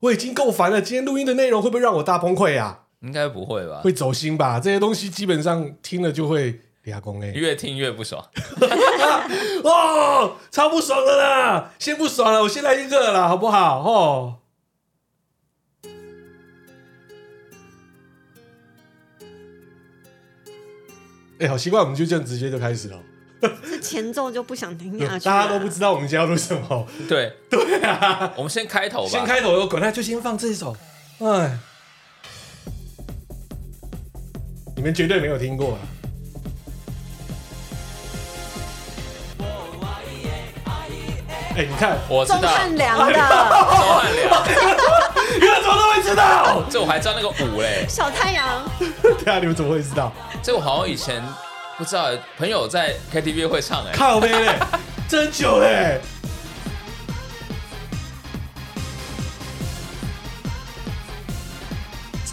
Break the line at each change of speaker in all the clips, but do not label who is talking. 我已经够烦了，今天录音的内容会不会让我大崩溃啊？
应该不会吧？
会走心吧？这些东西基本上听了就会俩公 哎，
越听越不爽。
哦，超不爽的啦！先不爽了，我先来一个啦，好不好？哦。哎、好奇怪，我们就这样直接就开始了。
这前奏就不想听
对
下去
嗯
了，
大家都不知道我们今天要录什么。
对对啊，我们先开头吧。
先开头有滚，那就先放这一首。哎，你们绝对没有听过啊！哎、你看，
我知
钟
道，
汉良的
周汉
你
良，
们怎么都会知道？
这我还知道那个舞 嘞，
小太阳，
对啊，你们怎么会知道？
这我好像以前不知道，朋友在 KTV 会唱哎，
靠背嘞，真久嘞。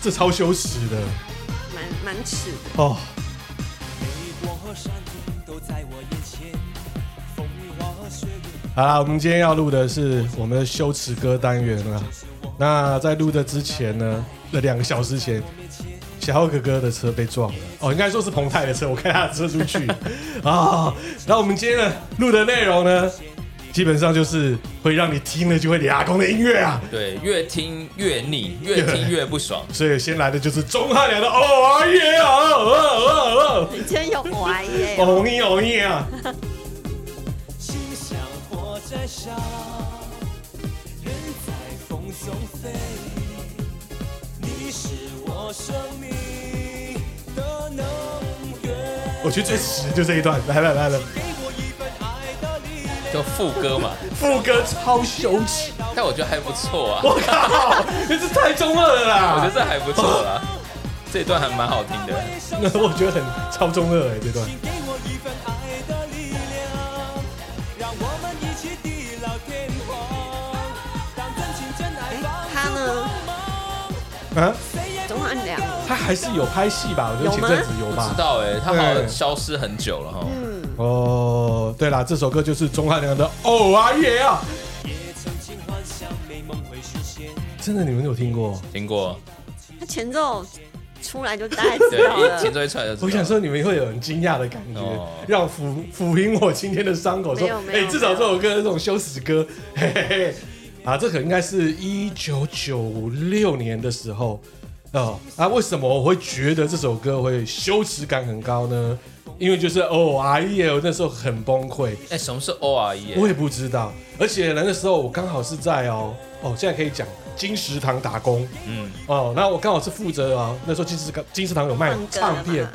这超羞耻的
蛮蛮耻的。
哦！
美国和山林都在我眼前，风雨和雪雨
好啦，我们今天要录的是我们的羞耻歌单元啊。
是我
那在录的之前呢，那两个小时前，
面前。
小浩哥哥的车被撞了。哦，应该说是彭泰的车，我开他的车出去啊。然后我们今天呢录的内容呢，基本上就是会让你听了就会俩公的音乐啊。
对，越听越腻，越听越不爽。
所以先来的就是钟汉良的《哦啊耶啊哦啊哦啊哦
你今天有 怀耶？
哦耶哦耶啊》。
心像火在烧，人在风中飞。你是我生命的能源，
我觉得最实的就这一段，来来来来，
给我一份爱的力量。
就副歌嘛，
副歌超羞耻，
但我觉得还不错 啊，
我靠，这是太中二了
我觉得
啦！
这还不错啦，这一段还蛮好听的。
那 我觉得很超中二哎、这段。
请给我一份爱的力量，让我们一起地老天荒。当真情真爱放
他呢？
啊，
谁也不
钟汉良，
他还是有拍戏吧？我觉得
有
前
吗
阵子有
不知
吧。
道哎、他好像
对
消失很久了哈。
哦，对啦，这首歌就是钟汉良的《哦啊耶啊
也曾经幻想美梦会实现。》，
真的你们有听过？
听过，
他前奏出来就大概知道
对，一前
了。
奏一出来就知道。
我想，说你们会有很惊讶的感觉，
哦
让抚抚平我今天的伤口，说
没有，没
哎、
有
至少这首歌是这种羞耻歌，嘿嘿嘿，啊，这可应该是一九九六年的时候哦。啊，为什么我会觉得这首歌会羞耻感很高呢？因为就是哦，阿姨，我那时候很崩溃，
哎、什么是 O R E？、
我
欸、
也不知道，而且呢那时候我刚好是在哦哦，现在可以讲金石堂打工
嗯，
哦，那我刚好是负责啊，那时候金石堂金石堂有卖
放歌
唱
了
片
嘛，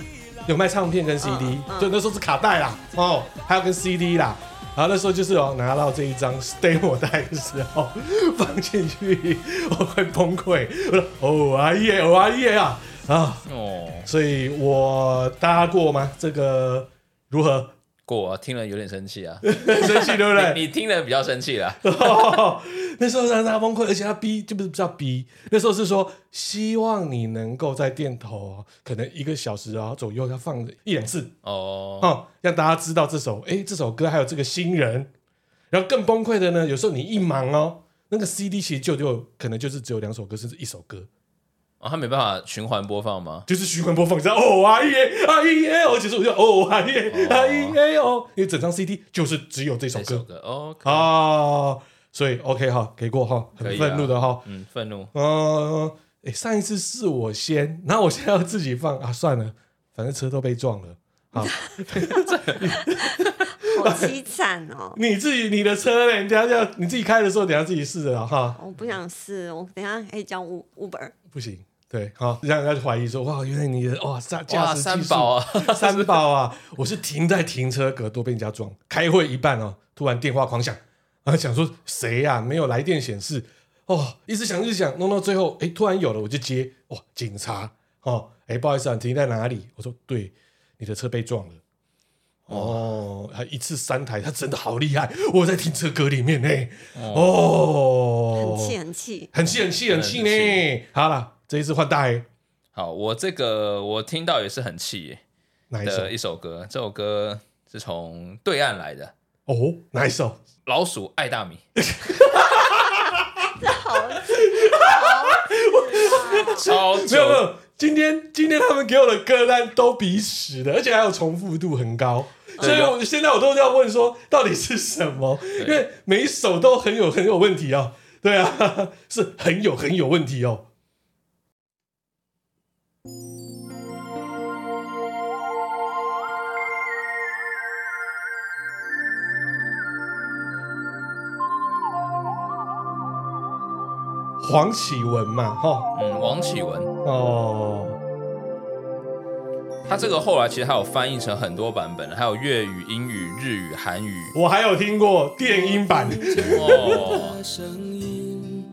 有卖唱片跟 CD，
嗯
就那时候是卡带啦哦，还有跟 CD 啦。然后那时候就是哦，拿到这一张 demo 带的时候 放进去，我会崩溃。我说哦啊耶，哦啊耶啊啊！
哦，
所以我搭过吗？这个如何？
过啊，听了有点生气啊。
生气对不对？
你你听了比较生气啦。
哦，那时候让他崩溃，而且他逼，就不是叫逼，那时候是说希望你能够在店头，啊可能一个小时啊左右要放一两次，
哦，
哦，让大家知道这首哎、这首歌还有这个新人。然后更崩溃的呢，有时候你一忙哦，那个 CD 其实就就可能就是只有两首歌，甚至一首歌，
哦，他没办法循环播放吗？
就是循环播放，你知道哦啊耶啊耶哦，结束我就哦啊耶啊耶哦，因为整张 CD 就是只有这首
这首
歌
歌哦，可以
哦，所以 OK 哈，给过哈，
可
很
以啊
愤怒的哈。
嗯，愤怒。
嗯，诶上一次是我先，然后我现在要自己放啊，算了，反正车都被撞了。好，
好凄惨哦！
你自己你的车嘞，人家要你自己开的时候，等一下自己试着啊哈，
我不想试，我等一下可以叫 U Uber。
不行，对，好，让人家怀疑说，哇，原来你的哇驾驾
哇，
驶
三
技术
宝啊，
三宝啊，我是停在停车格都被人家撞，开会一半哦，突然电话狂响，啊，想说谁呀、没有来电显示，哦，一直想一直想，弄到最后，哎，突然有了，我就接，哇，警察，哦，哎，不好意思啊，你停在哪里？我说对，你的车被撞了。哦，他一次三台，他真的好厉害！我在停车格里面呢、哦，
很气很气，
很气，很气，很气呢。好了，这一次换大 A，
好，我这个我听到也是很气耶
哪一首
的？一首歌，这首歌是从对岸来的，
哦， 哪一首？
老鼠爱大米。
好
超
没有没
久，
有，今天今天他们给我的歌单都比屎的，而且还有重复度很高，所以我现在我都要问说到底是什么，因为每一首都很有很有问题哦。对啊， 是很有很有问题哦。黄启文嘛，哈、
嗯，王启文，
哦，
他这个后来其实还有翻译成很多版本，还有粤语、英语、日语、韩语。
我还有听过电音版，
哦，
声音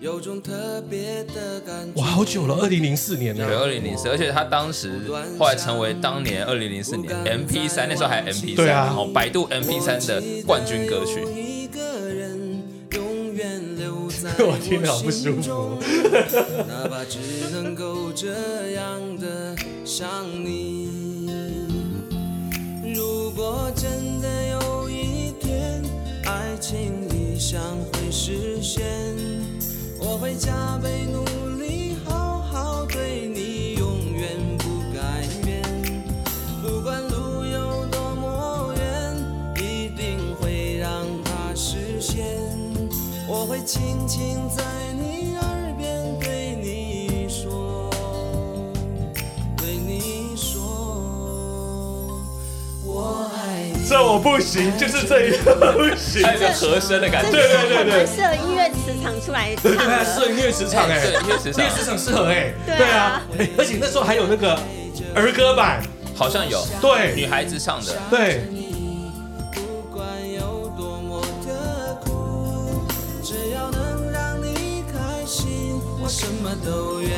有种特别的感觉
哇，好久了，二零零四年
对，
了。
二零零四，而且他当时后来成为当年二零零四年 MP 三，那时候还 MP
对
三，
啊
然后百度 MP 三的冠军歌曲。
一个人永远留在
我听得好不舒服
我心中哪怕只能够这样的想你。如果真的有一天，爱情理想会实现，我会加倍努力，好好对你，永远不改变。不管路有多么远，一定会让它实现。我会轻轻在你耳边对你说，对你说，我爱你。
这我不行，就是这一个不行。
还有一个和声的感觉，
对对对对
很适合音乐磁场出来唱
对对，它
的。
适合音乐时场哎，
对音乐欸时场
音乐时场适合哎，
对啊
对啊，哎而且那时候还有那个儿歌版，
好像有女
对
孩子唱的，
对，
你，不管有多么的苦，只要能让你开心，我什么都愿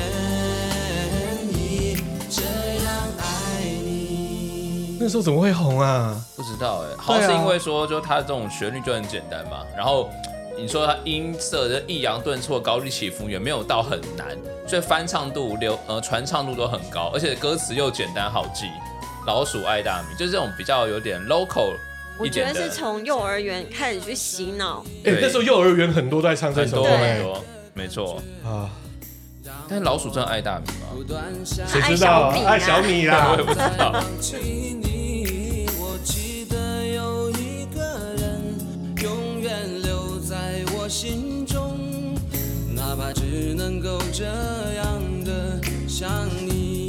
意这样爱你。
那时候怎么会红啊？
不知道哎、好像是因为说就它这种旋律就很简单嘛，然后你说它音色的抑扬顿挫、高低起伏也没有到很难，所以翻唱度、流呃传唱度都很高，而且歌词又简单好记。老鼠爱大米就是这种比较有点 local
我
一
觉
点
得是
的，
从幼儿园开始去洗脑，
哎
对，
那时候幼儿园很多都在唱这
很
首
多
歌
很
哎
多，没错。
啊，
但老鼠真的爱大米吗？
不断想
谁知道啊爱
爱
小
小
米啦
我 也？不知道。
起你，我记得有一个人永远留在我心中，哪怕只能够这样的想你。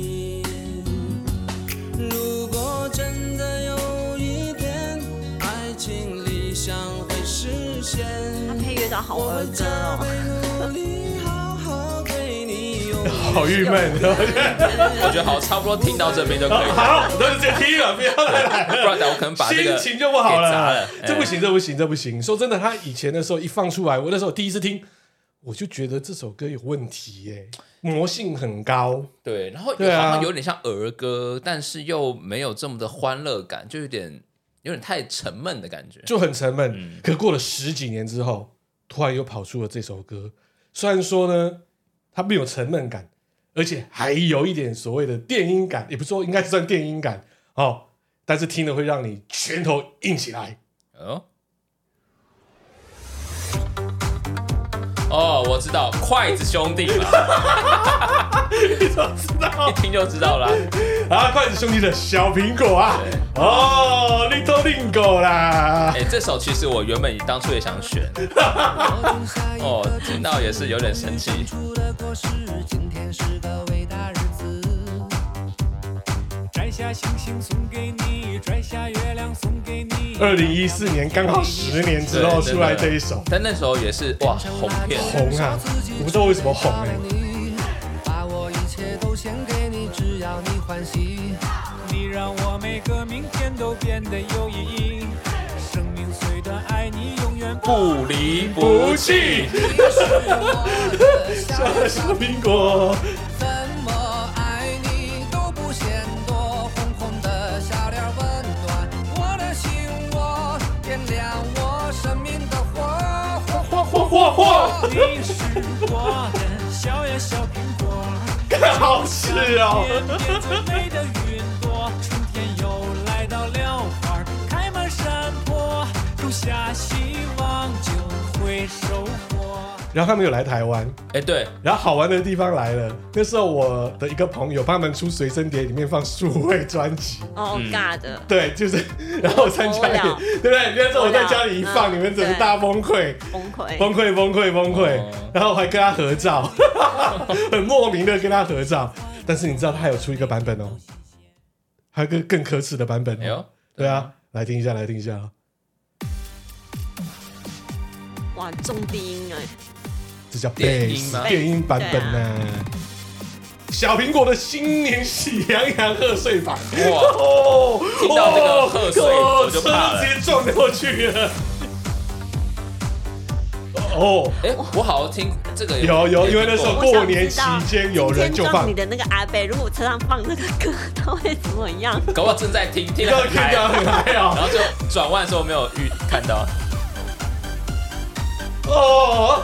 如果真的有一天，爱情理想会实现，
它配乐都好
我
儿
会
歌
加
哦。
倍努力，好好对你用。
好郁闷，
我觉得好，差不多听到这边就可以了，
好，都是这踢了，不要再来了。
不然等下我可能把这
心
个
情就不好
给砸
了啊
了，
这不行，这不行，这不行。说真的，他以前的时候一放出来，我那时候第一次听，我就觉得这首歌有问题耶、魔性很高。
哎对，然后
对啊
好像有点像儿歌，但是又没有这么的欢乐感，就有点有点太沉闷的感觉。
就很沉闷。可过了十几年之后，突然又跑出了这首歌。虽然说呢，它没有沉闷感，而且还有一点所谓的电音感，也不是说应该算电音感哦，但是听了会让你拳头硬起来。
哦哦，我知道，筷子兄弟了，
你怎么知道
一？听就知道啦。
啊，筷子兄弟的小苹果啊，哦，Little Lingo 啦
哎、，这首其实我原本当初也想选， 哦，听到也是有点生气。
出的果实，今天是个伟大日子。
摘下星星送给你，摘下月亮送给你。
二零一四年刚好十年之后
对
出来
真的
这一首
但那时候也是哇，红遍。
红啊，我不知道为什么红哎、
把我一切都献给你，只要你欢喜。
你让我每个明天都变得有意义。生命虽短，爱你永远不。
不离
不
不
弃
弃，
小苹果。
怎么爱你都不嫌多，红红的小脸温暖我的心窝，点亮我生命的火。火火
嚯嚯嚯！
你是我的小呀小苹果，
好吃哦！
天边最美的云朵，春天又来到了，花儿开满山坡，种下希望就会收获。
然后他们有来台湾，
哎，对，
然后好玩的地方来了。那时候我的一个朋友帮他们出随身碟，里面放数位专辑。
哦尬的，
对，就是，然后我参加一
我
点
了，
对不对？那时候我在家里一
我
放，
了
你们整个
嗯
大崩溃，
崩溃。
崩溃，崩溃，崩溃
哎哦。
然后我还跟他合 照，很莫名的跟他合照。但是你知道他还有出一个版本哦，还有一个更可耻的版本
哎
哦。
呦，
对啊，来听一下，来听一下啊，
哇，重低音哎、
这叫
电音吗
bass 电音版本呢、小苹果的新年喜羊羊贺岁版，
哇，
哦，
听到这个贺岁
哦
我就怕了
车直接撞过去了。 哦，
哎，我好像听这个
有有，因为那时候
我
过
想
年
知
期
道
间有人就
今天
放
撞你，的那个阿贝，如果我车上放那个歌，他会怎么样？
搞不好正在听，
这
听得
个
很
听
开，
到很嗨
然
哦。
后就转弯的时候没有遇看到，
哦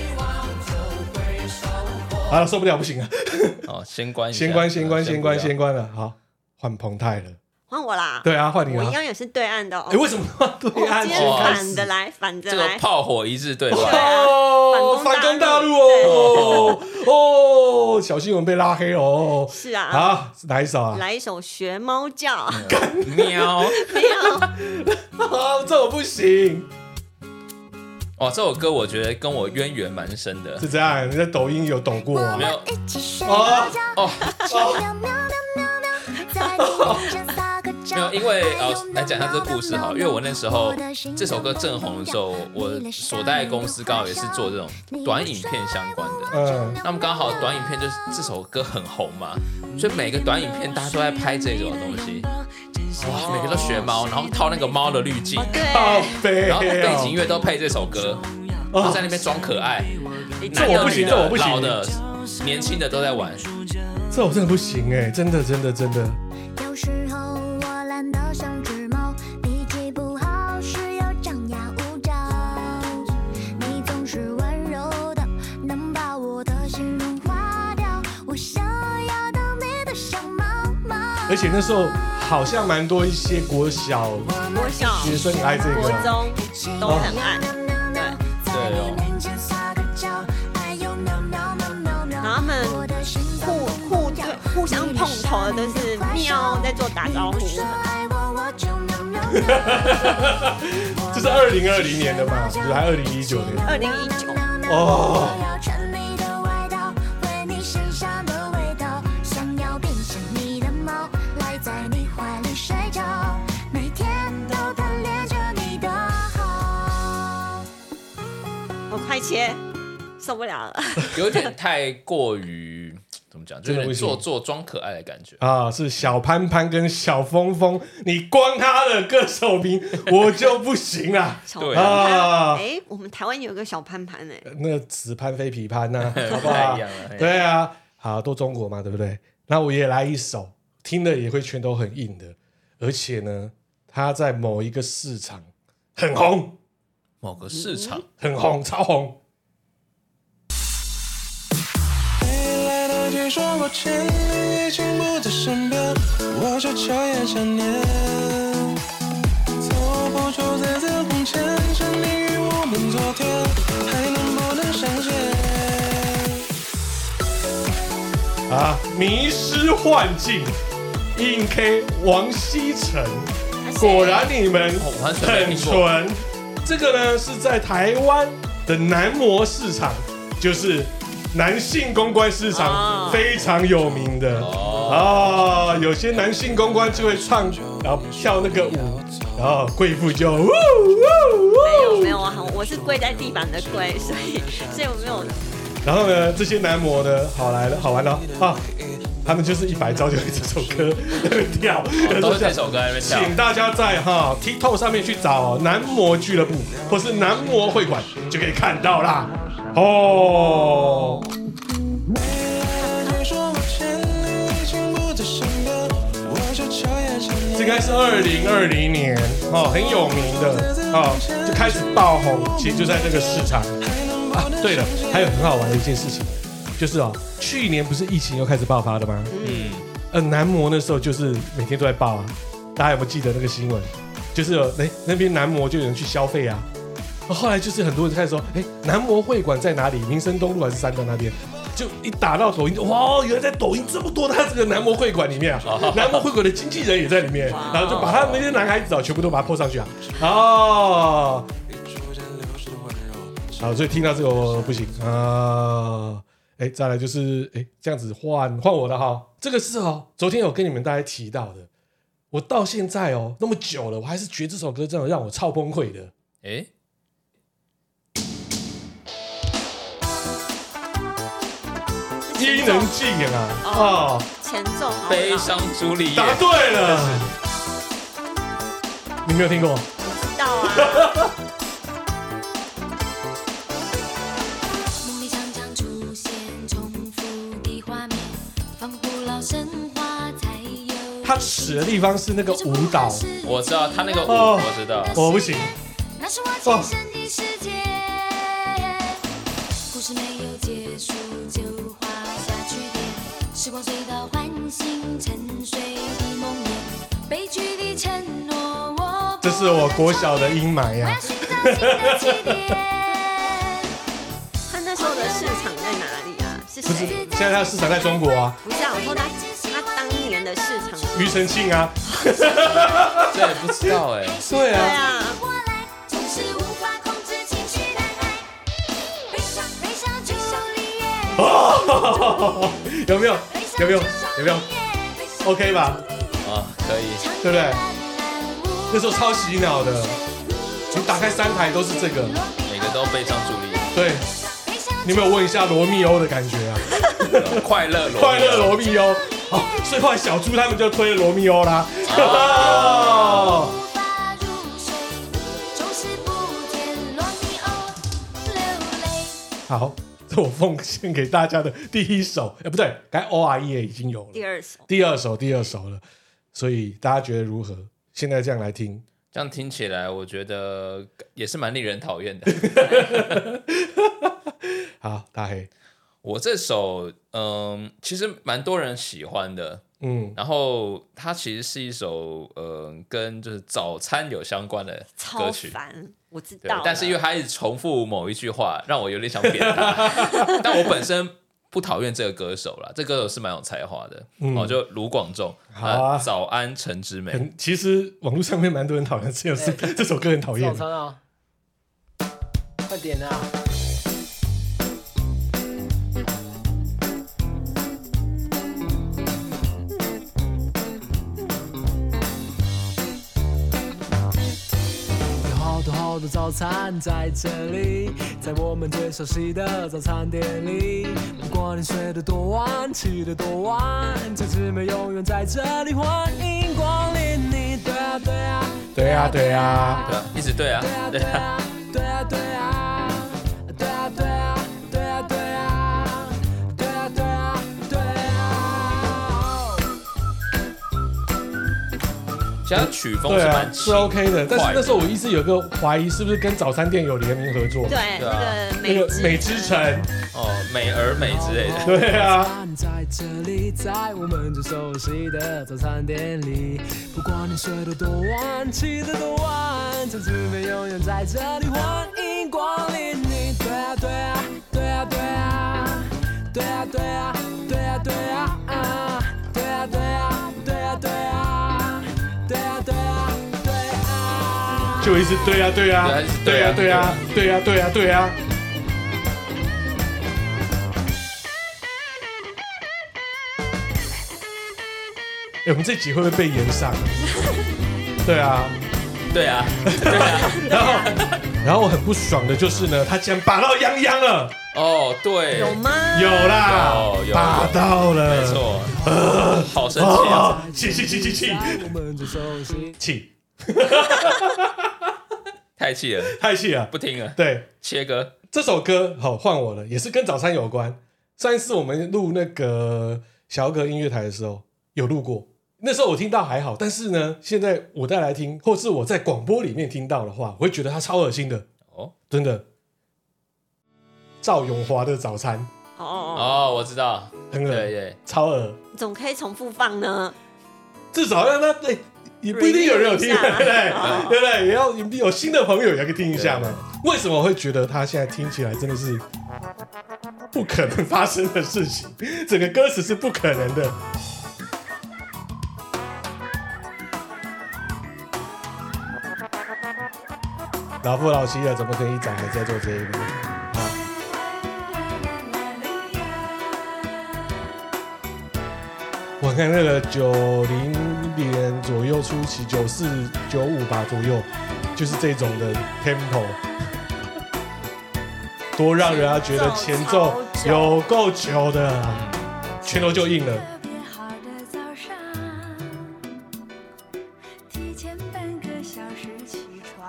好了，受不了，不行了，
哦，先关一下，
先关，先关，先关，
不
先
要
关了。好，换彭泰了。
换我啦。
对啊，换你
我一
了。
样也是对岸的哦。
哎，为什么对
我
岸
今
去
天
哦
开
反
始
的来，反着
这个
来。
炮火一致对
对
外，
啊
哦，反
反
攻
攻
大
大
陆
陆
哦哦，小心我们被拉黑哦。
是啊，
好，嗯哪一首啊？
来一首《学猫叫》。
喵！
没有，
啊，这我不行，
哇，哦这首歌我觉得跟我渊源蛮深的
是，这样。你在抖音有抖过啊
没？有
一起睡
哦
个觉，
哦，
喵喵喵喵喵，在你身上撒个娇。
没有，因为呃，来讲一下这个故事哈，因为我那时候这首歌正红的时候，我所在公司刚好也是做这种短影片相关的，
嗯，
那么刚好短影片就是这首歌很红嘛，所以每个短影片大家都在拍这种东西，哇，每个都学猫，然后套那个猫的滤镜，
靠
对，
背
然后背景
哦，
音乐都配这首歌，然后在
哦
那边装可爱，
这我不行
男的女的
这我不行
老的、年轻的都在玩，
这我真的不行哎，真的，真的，真的。
有时候我懒得像只猫，脾气不好时又张牙舞爪。你总是温柔的，能把我的心融化掉。我想要当你的小猫猫。
而且那时候好像蛮多一些国小
国小、
学生爱这
国
个，
中都很爱。
对哦
然后他们互互对互相碰头的都是喵在做打招呼，
这是二零二零年的嘛，就是还二零一九年。
二零一九
哦
每天都贪恋着你的好。
我快切，受不了了。
有点太过于怎么讲，就
真的
是
不行
做作装可爱的感觉。
啊，是小潘潘跟小峰峰，你光他的歌手名我就不行啦。
小
对
潘
啊
潘，哎，我们台湾有一个小潘潘哎，
那此潘非彼潘呐、好不
不太
好
一样了？
对啊，好，都中国嘛，对不对？那我也来一首，听了也会全都很硬的，而且呢，他在某一个市场很红，
某个市场，
很红，超红。
没来得及说抱歉，你已经不在身边，我却彻夜想念。走不出再次红线，沉溺于我们昨天，还能不能相见？
啊，迷失幻境，硬 K 王希晨，果然你们
哦我完全没
很
听过
纯。这个呢是在台湾的男模市场，就是男性公关市
哦
场非常有名的哦有些男性公关就会唱，然后跳那个舞，然后贵妇就呜呜
没有
呜
没，有，我啊好我是跪在地板的跪，所以所以我没有
然后呢这些男模呢好来了好玩了啊，他们就是一百招就会这首歌 跳，
哦都是这首歌在那边
请
跳。
大家在哈 TikTok 上面去找男模俱乐部或是男模会馆，就可以看到啦。哦，
没来得及说抱歉，你已经不在身
这应该是二零二零年哦，很有名的哦，就开始爆红，其实就在那个市场啊。对了，还有很好玩的一件事情，就是哦，去年不是疫情又开始爆发的吗？
嗯，
呃，男模那时候就是每天都在爆啊，大家有没有记得那个新闻？就是有哎、那边男模就有人去消费啊，后来就是很多人开始说，哎、男模会馆在哪里？民生东路还是三段那边？就一打到抖音，哇，原来在抖音这么多，他这个男模会馆里面 啊，男模会馆的经纪人也在里面，然后就把他那些男孩子啊，全部都把他泼上去啊，哦，好，所以听到这个我不行啊。哎，再来就是哎，这样子换换我的哈，这个是哦，昨天有跟你们大家提到的，我到现在哦那么久了，我还是觉得这首歌真的让我超崩溃的。
诶，
伊能静啊，哦，
前奏好
悲
老
伤朱丽叶
答，对了，你没有听过？
知道 啊，
梦里常常出现重复的画面，仿佛老神话才有。
他指的地方是那个舞蹈，
我知道他那个舞，
哦
我知道，
我不行，
那是我亲身的世界。故事没有结束就画下句点，时光隧道唤醒沉睡的梦魇，悲剧的承诺我不
这是我国小的阴霾
我
呀、
要寻找新的起点。
他那时候的市场在哪里啊？是
不是，
谁？
现在他的市场在中国啊，
不是啊，我说他他当年的市场。
庾澄庆啊，
这也不知道哎，
对
对
啊。
啊，
过来，总是无法控制情绪的爱。悲伤，悲伤，就像离耶。
哦，有没有？有没有？有没有？OK 吧？
啊，可以，
对不对？那时候超洗脑的，你打开三台都是这个。
每个都悲伤朱丽叶
对，你有没有问一下罗密欧的感觉啊？
对吧，快乐罗
快乐罗密欧。哦，所以后来小猪他们就推罗密欧啦。哦，
无法入睡，总是不见罗密欧流泪。
好，这我奉献给大家的第一首， 哎，不对，该 O R E 也已经有
第
了，
二首
第二首，第二首了。所以大家觉得如何？现在这样来听，
这样听起来，我觉得也是蛮令人讨厌的。
好，大黑，
我这首，嗯，其实蛮多人喜欢的。
嗯，
然后它其实是一首，嗯，跟就是早餐有相关的歌
超
曲。
烦，我知
对
道了。，
但是因为他一直重复某一句话，让我有点想扁他。但我本身不讨厌这个歌手啦，这歌手是蛮有才华的。
嗯
哦，就卢广仲，
好啊
早安陈之美，
很其实网络上面蛮多人讨厌这首歌，这首歌很讨厌
早。餐啊，快点啊！有好多好多早餐在这里，在我们最熟悉的早餐店里。不管你睡得多晚，起得多晚，这姊妹永远在这里，欢迎光临你。对啊，对啊，
对啊，对啊，
对啊，一直对啊，对
对
啊，
啊，对啊，对啊，对啊，对啊，对啊，对啊，对啊，对啊，对啊。
其实它曲风
对
是
啊，
蛮
是
轻
OK 的。但是
快
那时候我一直有个怀疑，是不是跟早餐店有联名合作？
对，
对啊
那
那个美
个美之城，
哦，美而美之类的。
对啊，
在这里，在我们最熟悉的早餐店里，不管你睡得多晚，起得多晚，这姊妹永远在这里，欢迎光临你。对啊，对啊，对啊，对啊，对啊，对啊，对啊，对啊，对啊，对啊，对啊，对啊，对啊，对啊，对啊。
就一直对啊，对啊
对还
对
是，对
啊
啊，
对啊，对啊，对啊，对啊。哎，我们这集会不会被延 上？对啊，
对啊，对啊，
然后，然后我很不爽的就是呢，他竟然把到泱泱了，
哦，对，
有吗？
有啦
有，有
把到了，
没错，好生气啊！
啊，气气气气气
在我们最熟悉。
气，
太气了，
太气了。
不听了，
对，
切歌。
这首歌好换我了，也是跟早餐有关。上一次我们录那个小哥音乐台的时候有录过，那时候我听到还好，但是呢，现在我再来听，或是我在广播里面听到的话，我会觉得它超恶心的，
哦
真的。赵永华的早餐
哦哦
哦，我知道，
很
对
恶
对，
超恶，
哦，怎么可以重复放呢？
至少让他对、也不一定有人有听，
Review 一下
对不对？
哦
对不对？也要有新的朋友也要去听一下嘛。为什么我会觉得他现在听起来真的是不可能发生的事情？整个歌词是不可能的。老夫老妻了，怎么可以长还在做这一步？啊我看那个九零年左右初期，九四九五吧左右，就是这种的 tempo，多让人家觉得前奏有够久的啊，拳头就硬了。
特别好的早上，提前半个小时起床，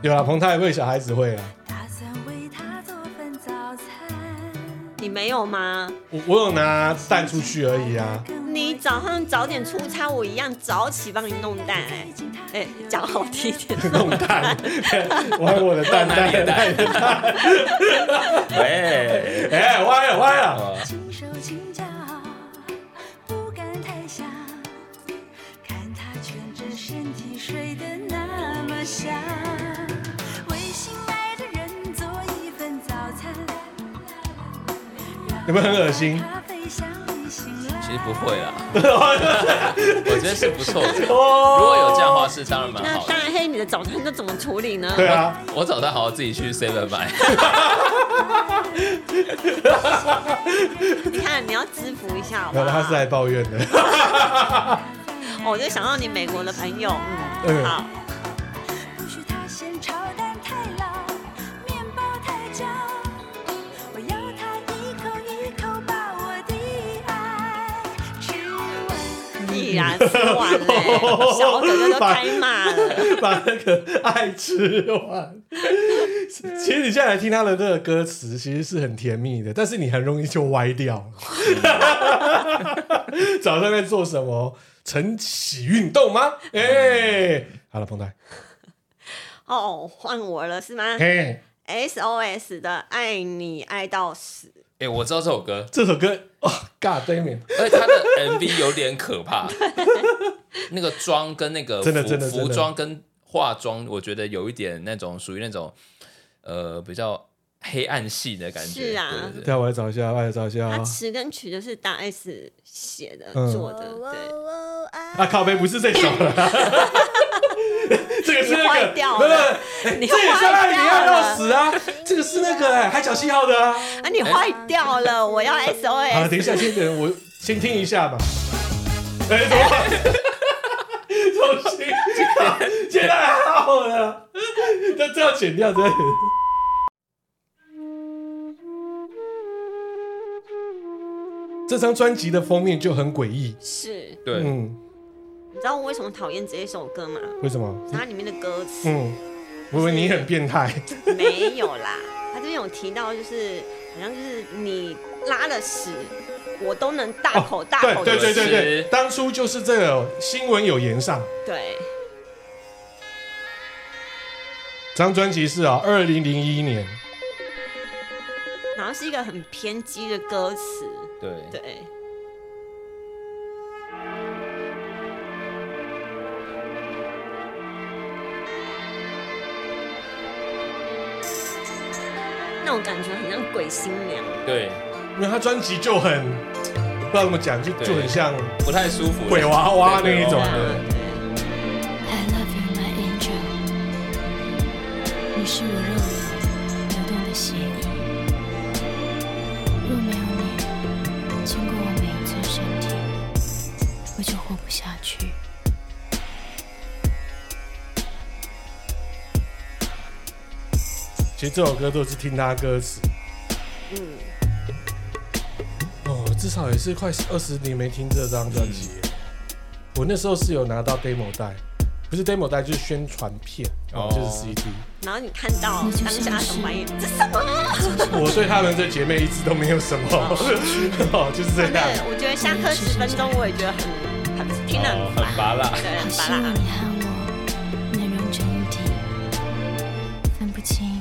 有啦，彭泰会小孩子会啊啦，
打算为他做份早餐。
你没有吗？
我我有拿蛋出去而已 啊。
你早上早点出差，我一样早起帮你弄蛋哎、哎、讲好听一点，
弄蛋，玩我的蛋
哪里
蛋
的蛋
蛋蛋，
喂，
哎，歪了歪了，
哦
轻手轻脚，不敢太想，看他蜷着身体睡得那么香。为心爱的人做一份早餐，
有没有很恶心？
咖啡香里醒来。
其实不会啦，我觉得是不 错的。如果有这样的话，是当然蛮
那
好的
当。然黑你的早餐都怎么处理呢？
对啊，
我早上好好自己去 seven 买，
你看你要支付一下好不
然
好
后他是来抱怨的。
哦我就想到你美国的朋友，嗯，
嗯
好，
不许他嫌炒蛋太老，面包太焦，我要他一口一口把我的爱吃完。
依然吃完嘞、小哥哥都开骂了，
把那个爱吃完。 其实你现在来听他的这个歌词，其实是很甜蜜的，但是你很容易就歪掉。 早上在做什么？晨起运动吗？哎、好了，彭台，
哦，换我了是 吗
嘿、
？SOS 的爱你爱到死，
哎，我知道这首歌，
这首歌哦，God damn it！
而且他的 MV 有点可 怕，那个妆跟那个
真的
服
真的真的
服装跟化妆，我觉得有一点那种属于那种呃比较黑暗系的感觉。
是啊
对对
等
对
一下我来找一下，我来找一下
他
啊。
词跟曲都是大 S 写的、
嗯
做的，对。
啊，靠背不是这首 了，这个是
你
那
坏
个，
掉
不是
了
不是，
你
这也是
坏
爱你爱
掉
到
了
死啊，这个是那个哎、海角七号的啊。
啊，你坏掉了！我要
好了，
SOS。
等一下，先等我先听一下 吧。哎、怎么办？重新剪，剪太好了，这这要剪掉，这要剪。这张专辑的封面就很诡异，
是，
对，
嗯，
你知道我为什么讨厌这一首歌吗？
为什么？
它里面的歌词、
嗯，我以为你很变态，
没有啦，它这边有提到，就是好像就是你拉了屎，我都能大口大口的
哦对
吃。
对对对对，
吃
当初就是这个新闻有言上，
对
这张专辑是啊，二零零一年，
然后是一个很偏激的歌词，
对，
对。那种感觉很像鬼新娘。
对，
因为他专辑就很不知道怎么讲，就
对
就很像
不太舒服。
鬼娃娃那
对
一种
对
鬼
啊
娃娃
的。，
对。
I love you, my angel。你是我肉眼流动的血液，若没有你经过我每一寸身体，我就活不下去。
其实这首歌都是听他歌词，
嗯，
哦，至少也是快二十年没听这张专辑耶。
嗯
我那时候是有拿到 demo 带，不是 demo 带就是宣传片，哦
哦，
就是 CD。
然后你看到当下什么反应？这什么？
我对他们这姐 妹一直都没有什么，哦，就是这样。
对，我觉得下课十分钟我也觉得很还不是听得
哦
很
很拔辣
对，
可
很
是
拔辣
你。和我面容真体，分不清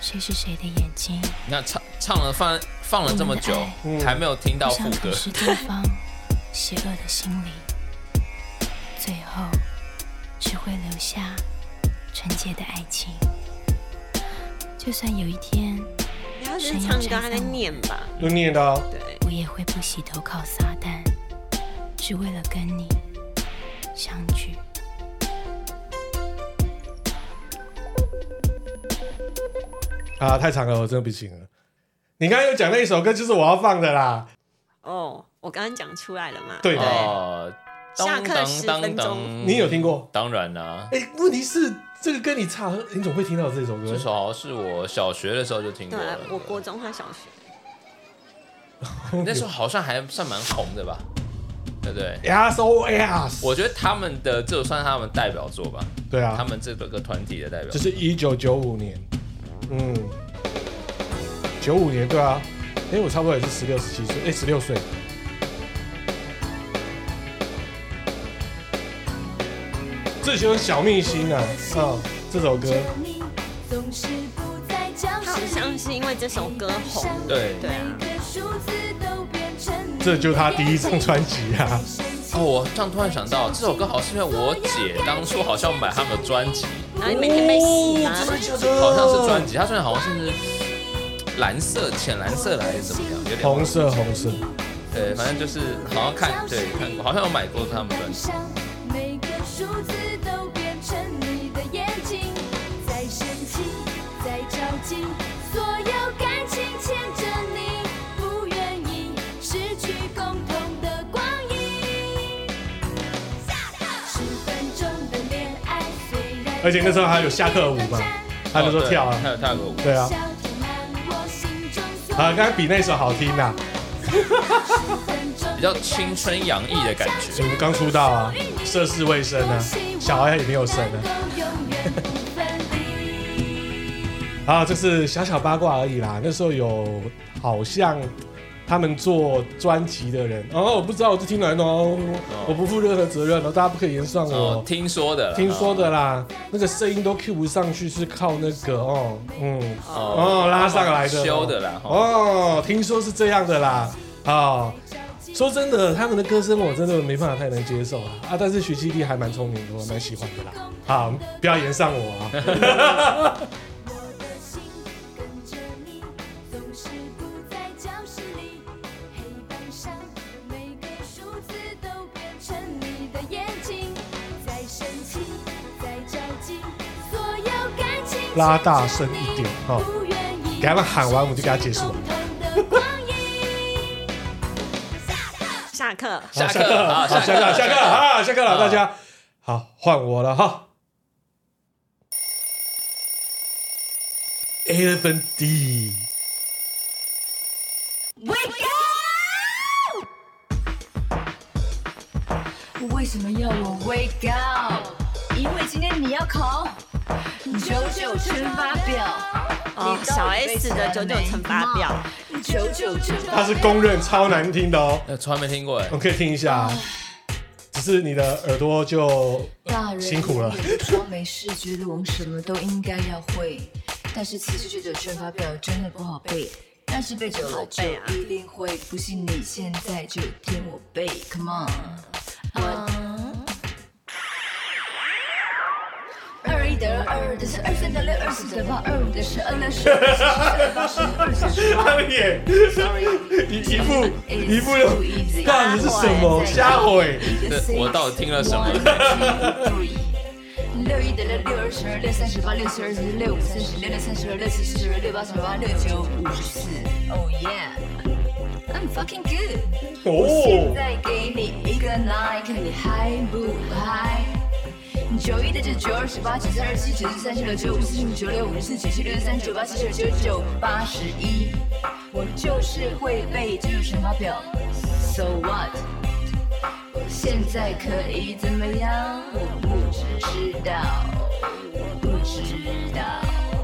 谁是谁的眼睛。
你看唱唱了放放了这么久，
嗯
还没有听到
我想
副歌
吞，噬对方邪恶的心理，最后只会留下纯洁的爱情。就算有一天，
你要是唱歌，他在念吧？
就念的啊，
对，
我也会不惜投靠撒旦，只为了跟你相聚。
啊太长了，我真的不行了。你刚刚有讲那一首歌，就是我要放的啦。
哦，我刚刚讲出来了嘛？
对的
哦，
下课10分钟
嗯
你有听过？
当然啊啦，
哎、问题是这个跟你差，你总会听到这首歌
这。首好像是我小学的时候就听过
对
了
啊，，我国中和小学。
那时候好像还算蛮红的吧，对不对？
S O S，
我觉得他们的这算他们代表作吧，
对啊，
他们这个团体的代表
这
作。
是一九九五年，嗯，九五年对啊，哎、我差不多也是十六十七岁，哎、十六岁，这就是小秘辛啊，嗯，这首歌，
他好像是因为这首歌红的。
对
对啊，
这就是他第一张专辑啊，
哦，我这样突然想到，这首歌好像是因为我姐当初好像买他们的专辑，
然后你每天
哦
被洗啊，
好像是专辑，她虽然好像是蓝色、浅蓝色的还是怎么样，有点
红色红色，
对，反正就是好像看对看过，好像有买过他们专辑。
每个数字都变成你的眼睛，在生气，在着急，所有感情牵着你，不愿意失去共同的光阴。十分钟的恋爱，虽然
而且那时候还有下课舞嘛，他那时候跳啊，
还有哦跳个舞。
对啊，啊，刚刚比那首好听啊呐、
比较青春洋溢的感觉
你们刚出道啊，涉世未深啊，小孩也没有生啊。 啊，这是小小八卦而已啦。那时候有好像他们做专辑的人，哦，我不知道，我是听人哦，我不负任何责任哦，大家不可以言上
哦
我，。
听说的啦，
听说的啦，那个声音都 Q 不上去，是靠那个哦，嗯，
哦
哦，拉上来的，
修的啦，哦，
哦，听说是这样的啦，啊、说真的，他们的歌声我真的没办法太能接受啊啊！但是徐熙娣还蛮聪明的，我蛮喜欢的啦。好，不要言上我 啊。
拉大声一点哈、哦，给他们喊完，我们就给他结束了。
下课。
下课
啊，
啊，
下课，下课啊，下课了，大家好，换我了哈。Eleven D，
为什么要我 wake up？因为今天你要考九九乘法表，
哦，小 S 的九九乘法表，
九九乘法
它是公认超难听的哦，
呃从来没听过哎
我，们可以听一下啊，只是你的耳朵就
大人
辛苦了
有时候没事，觉得我们什么都应该要会，但是其实这九乘法表真的不好背。但是背久了就
背啊
一定会，不信你现在就听我背，Come on。二一得二，得是二三得六，二四得八，二五得十，二六十，二十二八十，二四十八
他。的脸
Sorry，
一一副一副有
It's too easy 哎
干你是什么哎瞎毁？
对我到底听了什么
六一得了六二十二六三十八六七二十六五三十六六三十二六七四十二六八十八六九五十四。Oh yeah, I'm fucking good. 现
哦，
在给你一个 nine，看你嗨不嗨？九一的九九二十八九三二七九七三十六九五四十五九六五四九七六三九八七九九九八十一，我就是会背这种乘法表，so what？我现在可以怎么样？我不知道，我不知道。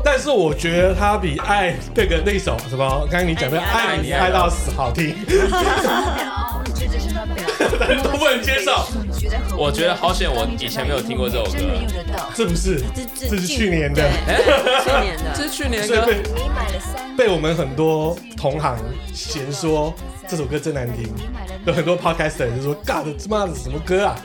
但是我觉得他比爱那个那首什么，刚刚你讲的
爱
爱
你
你
爱
爱
到
到死好听，
表，这就是发表。
但都不能接受。我觉得好险我以前没有听过这首歌啊
真的用得到。
这不是，
这
这是去年的
对去年的，
这 是去年
所以
的歌
被
你买了三，
被我们很多同行嫌说这首歌真难听，有很多 podcaster 就说尬的他妈的什么歌啊？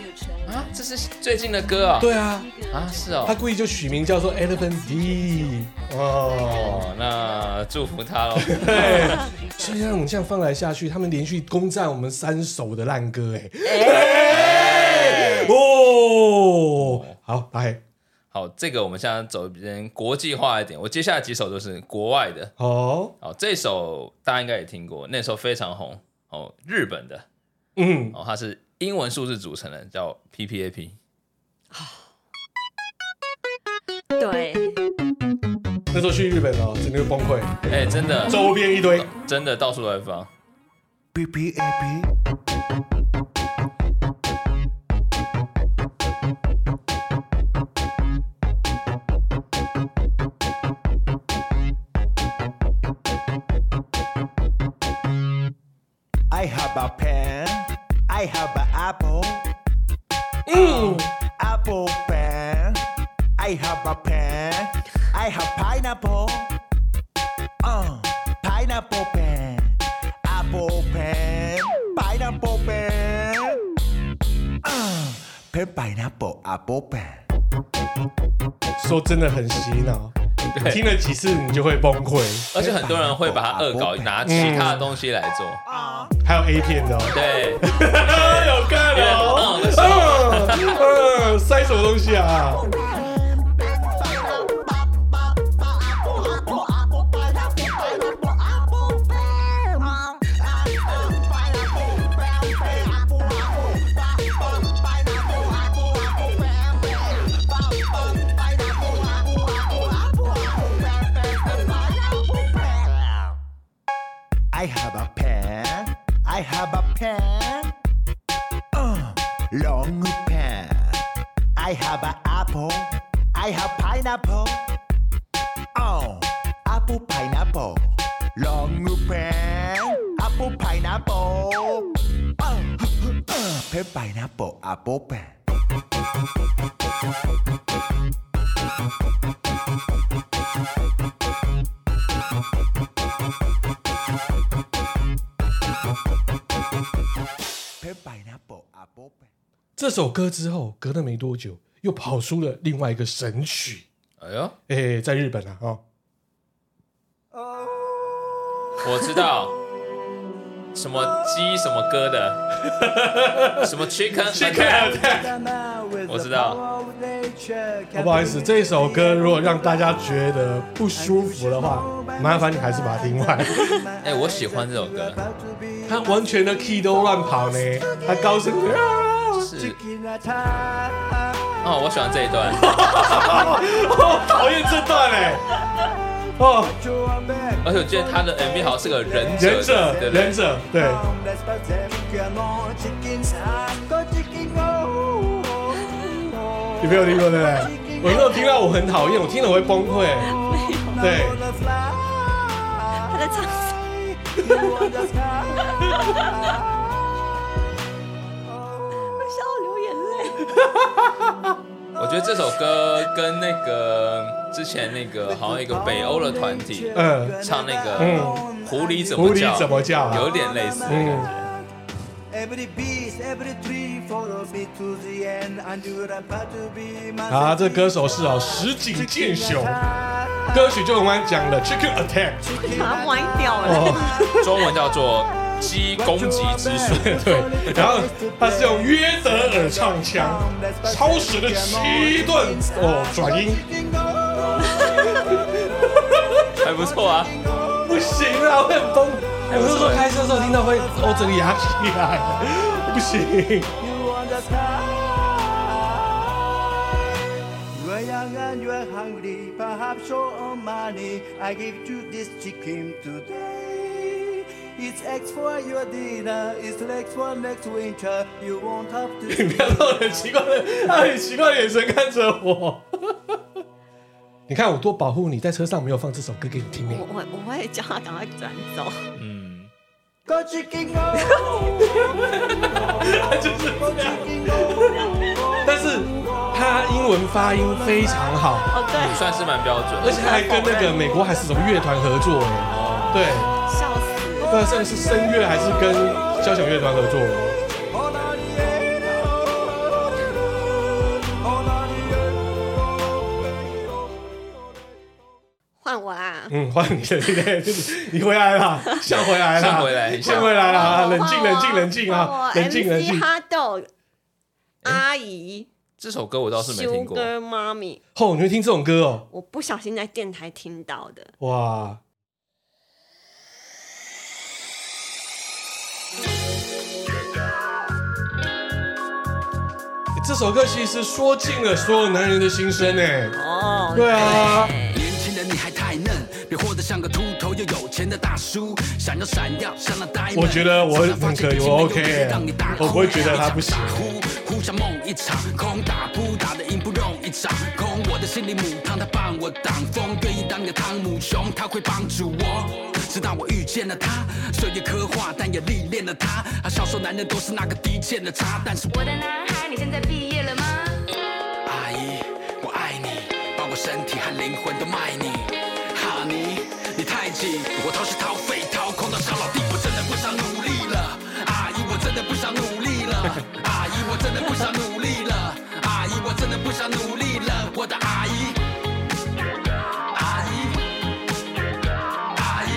啊，这是最近的歌啊。
对啊，
啊，是哦
他。故意就取名叫做 Elephant D 哦。
哦，那祝福他 喽。
对，所以像我们这样放来下去，他们连续攻占我们三首的烂歌，哎、哎哦，好，来，
好，这个我们现在走比较国际化一点。我接下来几首都是国外的。
哦，
哦，这首大家应该也听过，那时候非常红。哦，日本的。
嗯，
哦，它是英文数字组成的，叫 PPAP。
对，
那时候去日本哦，整个就崩溃，
哎、真的，
周边一堆，
真的到处都在放。
I have a pen. I have an apple. Apple pen. I have a pen. I have pineapple. Uh, pineapple pen. Apple pen. Pineapple pen. Uh, pen pineapple apple pen.
说真的很洗脑，
对
听了几次你就会崩溃，
而且很多人会把它恶搞，拿其他的东西来做。
还有 A 片的哦。
对，有看了。嗯
嗯嗯，塞什么东西啊？
I have a pen. I have a pen. Uh, long pen. I have an apple. I have pineapple. Oh, apple pineapple. Long pen. Apple pineapple. Oh, uh, pen pineapple apple pen. 配 pineapple apple pen.
这首歌之后，隔了没多久，又跑出了另外一个神曲，
哎呦，
哎、在日本啊，哦，
我知道。什么鸡什么歌的，什么 chicken attack，我知道。
好不好意思，这首歌如果让大家觉得不舒服的话，麻烦你还是把它听完。
哎、我喜欢这首歌，
它完全的 key 都乱跑呢，它高声 啊，
是。哦，我喜欢这一段。
哦，讨厌这段哎、哦，
而且我记得他的 MV 好像是个忍者，
忍者
对，不对
忍者，对，你没有听过对不对？我没有听到，我很讨厌，我听了我会崩溃。对，
他在唱什么我笑到流眼泪。
我觉得这首歌跟那个之前那个好像一个北欧的团体
嗯
唱那个
嗯
狐狸怎么叫，
狐狸怎么叫啊
有点类似的感
嗯
嗯
觉。
Every beast, every tree, follow me to the end, and you're about to be my
啊，这歌手是哦，石井健雄，歌曲就我刚刚讲的《Chicken Attack
把它歪掉》了。
哦。
中文叫做《鸡攻击之 术》，
对，然后他是用约德尔唱腔，超时的七段哦转音，
还不错啊。
不行啊，会很崩。有时候开车的时候听到会，哦，整个牙起来， 不行。
You're young and you're hungry, perhaps short on money. I give you this chicken today. It's eggs for your dinner, it's legs for next winter. You won't have
你
to.
不要用很奇怪的，他很奇怪的眼神看着我。你看我多保欸护你，在车上没有放这首歌给你听呢。
我我我会叫他赶快转走。
嗯，
Go chicken go，
就是这
go
样。
chicken go，
但是他英文发音非常好，
哦，对，
算是蛮标准
而
的。
且还跟那个美国还是什么乐团合作哎、对，
笑死，
不知道是声乐还是跟交响乐团合作哦。
换我啊啦。
嗯，换你了，对不对？你回来 啦，像回来啦，
像回来
像回来啦，
换我
冷静，冷静，冷静
哦
啊，冷静，冷静
MC。哈豆阿姨
这首歌我倒是没听过，
，Sugar Mommy，
哦，你会听这种歌哦，
我不小心在电台听到的。
哇！这首歌其实说尽了所有男人的心声哎。
哦，
对啊
年轻人你还太嫩，别活得像个秃头又有钱的大叔，想要闪耀像那呆萌。
我觉得我很可以我 OK 耶
让你大哭
我不会觉得他不行
一场打呼呼像梦一场空，打扑打的赢不容易掌控。我的心里母汤他帮我挡风，愿意当个汤姆熊，他会帮助我。直到我遇见了他，岁月刻画，但也历练了他。他笑说男人都是那个低贱的渣，但是我
我的男孩，你现在毕业了吗？
阿姨，我爱你，把我身体和灵魂都卖你。哈尼，你太急，我掏心掏肺掏空到小老弟，我真的不想努力了。阿姨，我真的不想努力了。阿姨，我真的不想努力了。阿姨，我真的不想努力了。我的阿姨。阿姨，阿姨，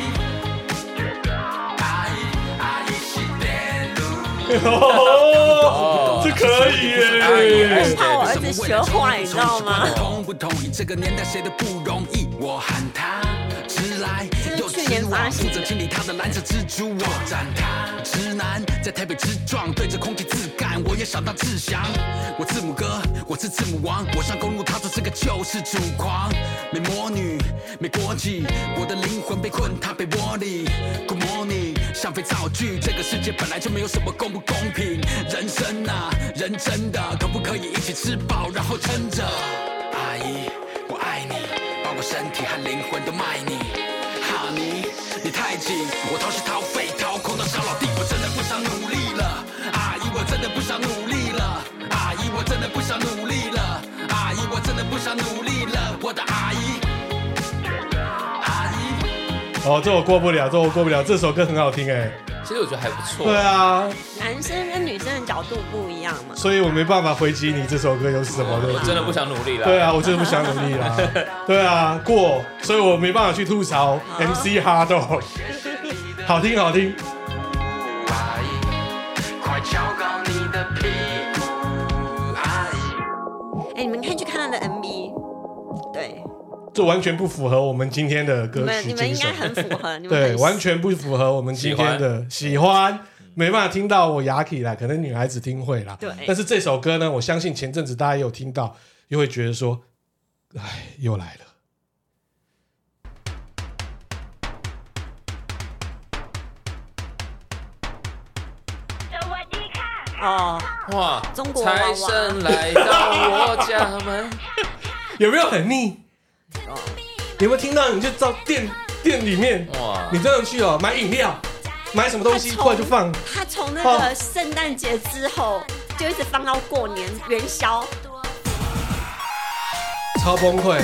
阿姨，阿姨是电路。
哦，这可以耶！
我怕我儿子学坏，你知道吗？
同不同意？这个年代谁都不容易。我喊他直来，又
这是去年
直
发
往，
行
负
的
责清理他的蓝色蜘蛛网。斩他直男，在台北直撞，对着空气自干，我也想当志祥。我字母哥，我是字母王，我上公路，他说这个就是主狂。没魔女，没国籍，我的灵魂被困，他被窝里。Good morning，像肥皂剧，这个世界本来就没有什么公不公平。人生啊，人真的，可不可以一起吃饱，然后撑着？阿姨，我爱你，把我身体和灵魂都卖你。哈尼，你太紧，我掏心掏肺掏空到小老弟，我真的不想努力了。阿姨，我真的不想努力了。阿姨，我真的不想努力了。阿姨，我真的不想努力了。我的阿姨，阿姨。
哦，这我过不了，这我过不了。这首歌很好听哎，
其实我觉得还不错。
对啊，
男生跟女生的角度不一样嘛。
所以我没办法回击你这首歌有什么
我
的。
真的不想努力了。
对啊，我真的不想努力啦。对啊，过，所以我没办法去吐槽 MC 哈豆。好听，好听。
阿姨，快敲高你的屁股，阿姨。
哎，你们可以去看他的 MV，对，
这完全不符合我们今天的
你
歌
们
曲
你们
精
应
神
该，很符合，你们
对，
很
完全不符合我们今天的喜欢。没办法听到我雅痞啦，可能女孩子听会啦。
对
但是这首歌呢，我相信前阵子大家也有听到，又会觉得说，哎，又来了。
哦，
哇，
中国娃娃
财神来到我家门，
有没有很腻？有没有听到？你就到店店里面，
哇
你这样去哦，买饮料，买什么东西，突然就放。
他从那个圣诞节之后就一直放到过年元宵，
超崩溃。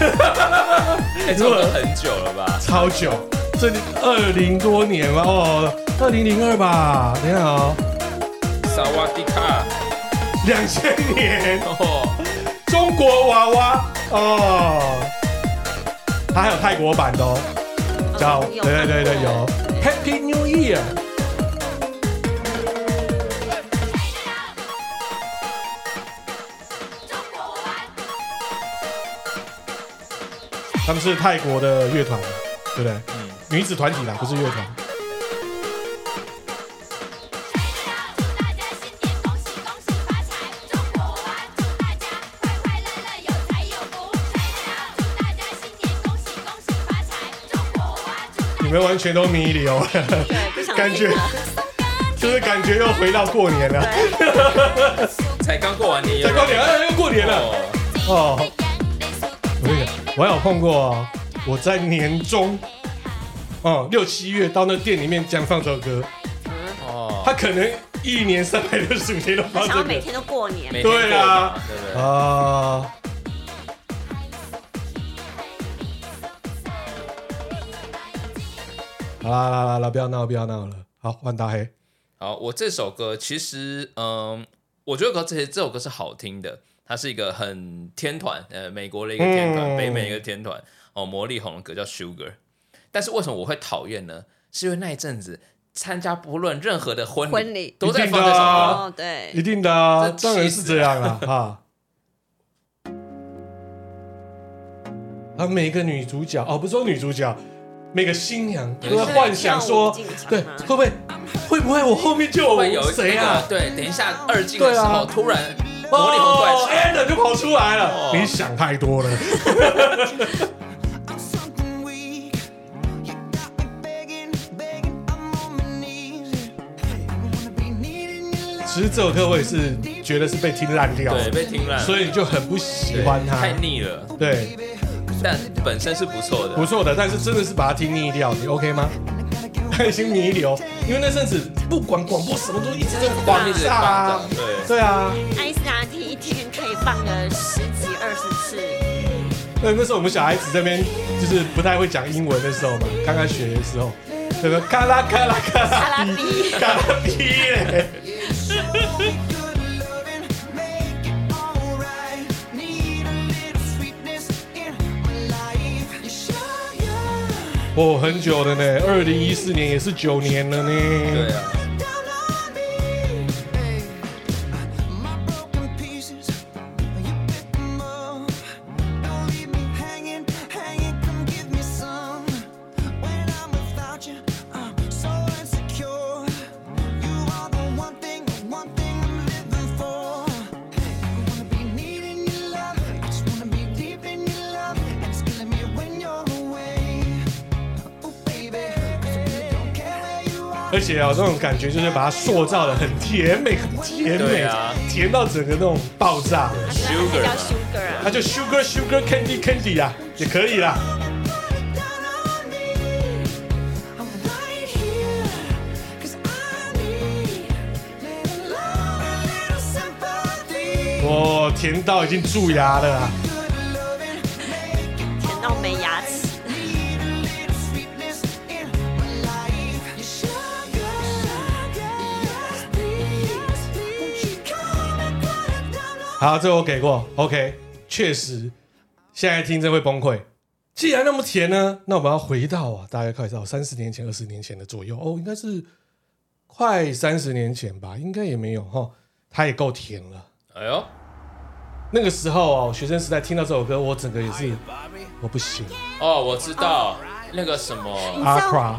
哎，这首歌很久 了吧？
超久，这二零多年吧，哦，二零零二吧，等一下哦，
萨瓦迪卡，
两千年，
哦，
中国娃娃哦，它还有泰国版的哦，叫
嗯有
对对对对有 Happy New Year。他们是泰国的乐团，对不对？
嗯
女子团体啦，不是乐团。你们完全都迷离哦，
对，不想
感觉
听啊了
就是感觉又回到过年了，
才刚过完年，
再过年，哎，又过年了
哦，
哦。我跟你讲，我还有碰过哦，我在年终哦，六七月到那店里面这样放这首歌，
哦，
他可能一年三百六十五天都
他
放
想要
这
每
个
天都过年，
每天过
对啊
嘛对不对？
啊。好啦啦啦啦，不要闹不要闹了，好换大黑，
好，我这首歌其实，嗯，我觉得歌这些这首歌是好听的，它是一个很天团，呃，美国的一个天
嗯
团，北美一个天团，哦，魔力红的歌叫 Sugar。但是为什么我会讨厌呢？是因为那一阵子参加不论任何的婚礼
婚礼
都在放
一定的
这首歌
啊。
哦，对
一，定的啊，
这气死
当然是这样啦啊。啊，每个女主角哦，不是说女主角，每个新娘都在幻想说
就是跳舞
啊
进，场
对，
吗
会不会会不会我后面就
会有
有谁啊
那个？对，等一下二进的时候，
对啊
突然魔力红突然
哦
起来，
，Allen 就跑出来了
哦，
你想太多 了。
I'm something weak. You got me begging, begging. I'm on my knees. I wanna be needing your love.
其实这首歌我也是觉得是被听烂掉
对，
了，
被听烂，
所以你就很不喜欢它
太。腻了，
对，
但本身是不错的，
不错的，但是真的是把它听腻掉，你 OK 吗？ 开心弥留，因为那阵子不管广播什么都一直在
光一直
炸啊
放着，，对，
对啊，
艾斯达提一天可以放个十几二十次，
那那时候我们小孩子这边就是不太会讲英文的时候嘛，刚刚学的时候，那个咔啦咔啦咔
阿
啦
拉比，
咔啦逼嘞，
Good loving, make it alright. Need a little sweetness in my life. You sure you're
哦，很久了呢，二零一四年也是九年了
对
呢，
啊。
down on me? Hey, my broken pieces, you pick them up. Don't leave me hanging, hanging. Come give me some. When I'm without you, I'm so insecure. You are the one thing, the one thing I'm living for. I wanna be needing your love. I just wanna be deep in your love. And it's killing me when you're away. Oh, baby, 'cause I really don't care where you are.
而且啊，那种感觉就是把它塑造的很甜美，很甜
对
美
啊，
甜到整个那种爆炸，
Sugar
叫
嘛
Sugar 啊，
那就 sugar sugar candy candy 啊，也可以啦。
down on me. I'm right here, 'cause I need little love and little sympathy.
哇，甜到已经蛀牙了啊！
Good loving, make it
甜到没牙齿。
need a little sweetness in my life. You sugar, yes please, won't you come and put it down on
好，这我给过，OK，确实，现在听真会崩溃。既然那么甜呢，那我们要回到啊，大概快到三十年前、二十年前的左右哦，应该是快三十年前吧，应该也没有哈，它也够甜了。
哎呦，
那个时候啊，我学生时代听到这首歌，我整个也是，我不行。
哦，我知道那个什么
阿 cra，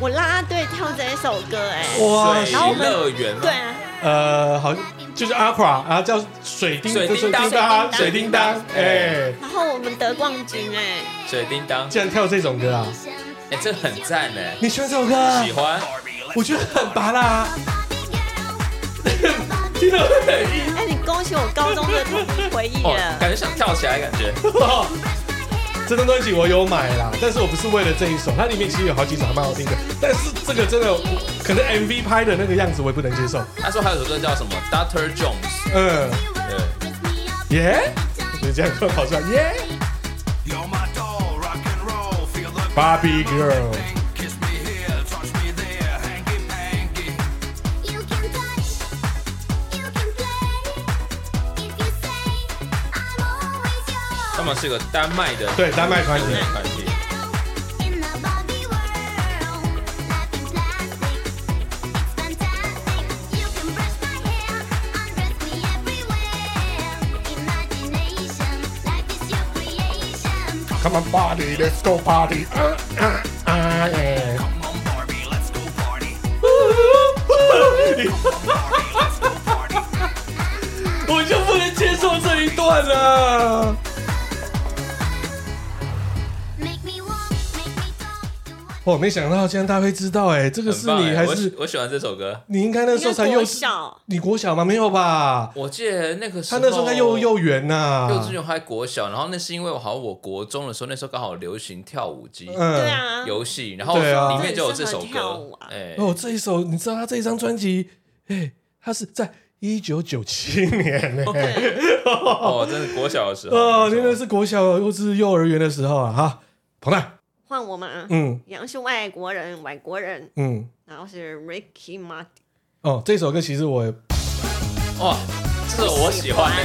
我啦啦队跳这一首歌哎、
哇，
水
然后我们
乐园嘛
对，啊，
呃，好，就是阿 cra，啊叫水叮
水叮当
当，水
水
叮
叮
当
当，
哎，
然后我们得冠军哎、
水叮当，
竟然跳这种歌啊！
哎，这很赞哎，
你喜欢这首歌啊？
喜欢，
我觉得很拔辣、啊，听到很
哎、你勾起我高中的童年回忆
哦，
了。
感觉想跳起来，感觉
哦。这张专辑我有买啦，但是我不是为了这一首，它里面其实有好几首还蛮好听的，但是这个真的可能 MV 拍的那个样子我也不能接受。
他说还有首歌叫什么 Doctor Jones，呃
嗯，
对，
耶，就这样突然跑出来，耶
You're my doll, rock and roll, feel the
，Barbie Girl，
kiss me here, touch me there, hanky panky.
他们是个丹麦的，
对，丹麦团体
丹，麦团体，
Come on party, let's go party. Uh, uh, uh, yeah.
Come Barbie, let's go party.
我就不能接受这一段了。
Make me walk, make me talk, do what
哦，没想到竟然大家会知道、哎，这个
很
是
棒
你
哎
还
我喜
是
我喜欢这首歌。
你应该那时候才
应该
幼
国
稚，
小，
你国小吗？没有吧？
我记得那个时
他
候，
那时候应该啊幼幼园呐、
幼稚园还国小，然后那是因为我好像我国中的时候，那时候刚好流行跳舞机
嗯
对。啊，
游戏，然后
对啊
里面就有这首
真的很适合跳
歌
舞啊。
哎，
哦，这一首你知道他这一张专辑，哎、他是在一九九七年呢、哎
哦，真的国小的时候，
哦，原
那时候
来是国小幼稚幼儿园的时候啊，哈，彭大，
换我吗？
嗯
杨是外国人，外国人，
嗯，
然后是 Ricky Martin，
哦，这首歌其实我也
哇，这个我喜欢哎。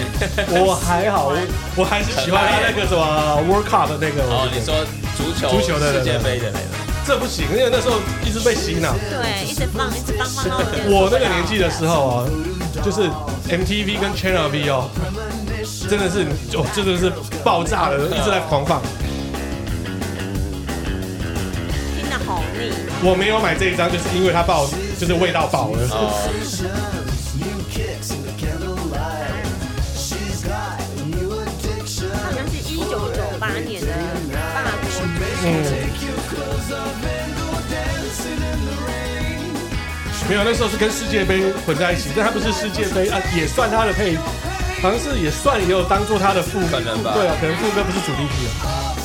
我还好，我我还是喜欢他那个什么 World Cup 的那个，我
哦，
觉
你
得
说足球
足球的
世界杯的那个，
这不行，因为那时候一直被洗脑。
对，一直放，一直放，放到有点
我那个年纪的时候啊，就是 MTV 跟 Channel V 哦，真的是哦，真的是爆炸了，一直在狂放。
听得好腻。
我没有买这一张，就是因为它爆，就是味道爆了。
哦，
它好像是一九九八年的法国歌手，
没有，那时候是跟世界杯混在一起，但它不是世界杯啊，也算它的配，好像是也算也有当做它的副歌，
可能吧
对啊，可能副歌不是主题曲啊。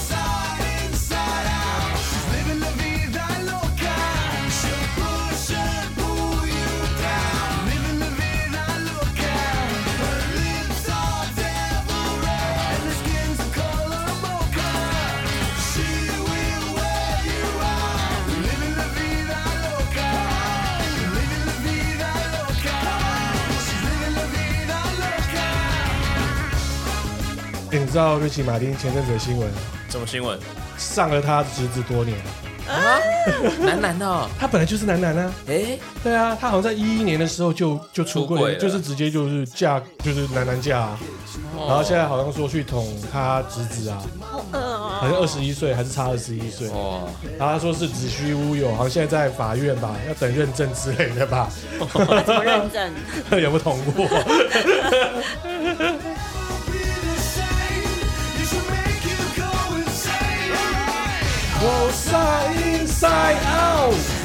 欸你知道瑞奇马丁前阵子的新闻，
什么新闻？
上了他侄子多年了。
男男的，
他本来就是男男啊，
哎，
对啊，他好像在一一年的时候就就出
出
柜
柜
了，
了
就是直接就是嫁就是男男嫁、啊，
哦
然后现在好像说去捅他侄子啊，
好恶哦。
好像二十一岁还是差二十一岁，
哦，
然后他说是子虚乌有，好像现在在法院吧，要等认证之类的吧，
他哦怎么认证？
有没有捅 过？我 side inside out。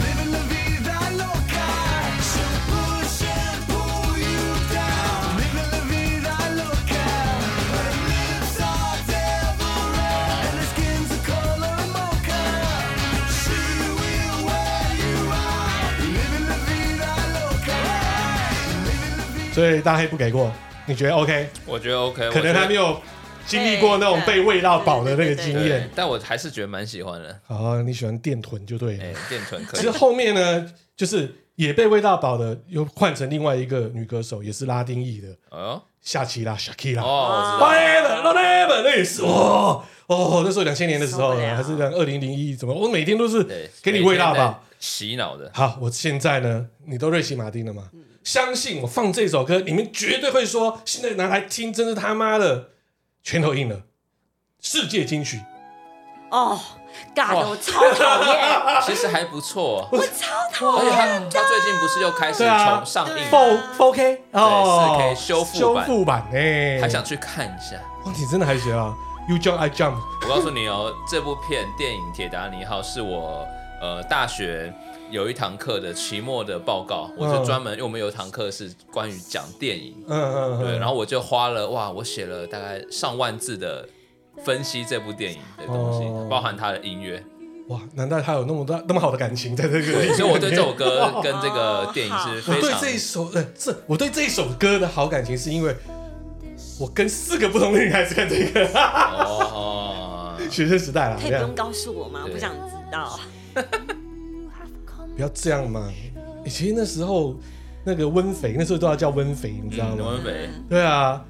所以大黑不给过，你觉得 OK？
我觉得 OK，
可能他没
有
有经历过那种被喂到饱的那个经验
对。，但我还是觉得蛮喜欢的。
好，你喜欢电臀就对了。
哎，电臀可
其
以
实，后面呢，就是也被喂到饱的，又换成另外一个女歌手，也是拉丁裔的
哦
夏奇拉 （Shakira）。
哦，我知道
Forever, not ever，那也是哦哦，那时候两千年的时候
受不
呢，
了
还是两二零零一，怎么我每天都是
对，
给你喂到
每天
饱
在。洗脑的。
好，我现在呢，你都瑞奇马丁了嘛？相信我放这首歌，你们绝对会说，现在拿来听，真是他妈的拳头硬了，世界金曲。
哦
哇
，God，我超讨 厌，
其实还不错，
我超讨
而且
厌。
他他最近不是又开始
对啊
重上映，
Four Four K 哦
4K 修复
修
版
复版哎、
还想去看一下。
哇，你真的还学啊？You jump, I jump。
我告诉你哦，这部片电影《铁达尼号》是我呃大学有一堂课的期末的报告，我
嗯
就专门因为我们有一堂课是关于讲电影，
嗯嗯嗯。
对，然后我就花了哇，我写了大概上万字的分析这部电影的东西，
哦
包含它的音乐，
哇，难道他有那么多那么好的感情在这个里
对，
面？
所以我对这首歌跟这个电影 是
我
非
对
常
这一首呃，这我对这一首歌的好感情是因为我跟四个不同的女孩子看这个
哦，
学生时代啦，
可
这
以不
样
用告诉我吗？我不想知道。
不要这样嘛。欸其实那时候那个温肥，那时候都要叫温肥，你知道
嗯，龙
吗？
文伟，
对啊，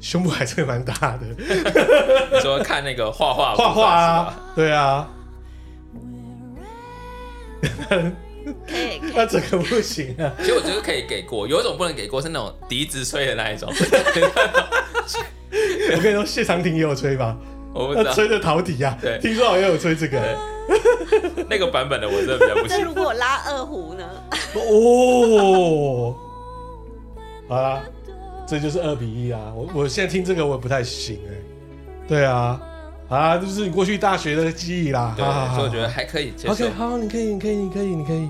胸部还真的蛮大的，
你说看那个画画
画画
部分是吧
啊，对啊，
可以，可 以
那整个不行啊。
其实我觉得可以给过，有一种不能给过是那种 笛子吹的那 一种，
我跟你说，谢长廷也有吹吧？
我不知
他
道
吹的陶笛啊
对，
听说好像有吹这个。
那个版本的我真的比较不
那
行
如。果我拉二胡呢？
哦，好啦，欸这就是二比一啊！我我现在听这个我也不太行哎、对啊，啊，这就是你过去大学的记忆啦。
对，
好好好
所以我觉得还可以接受
OK，。好，你可以，你可以，你可以，你可以，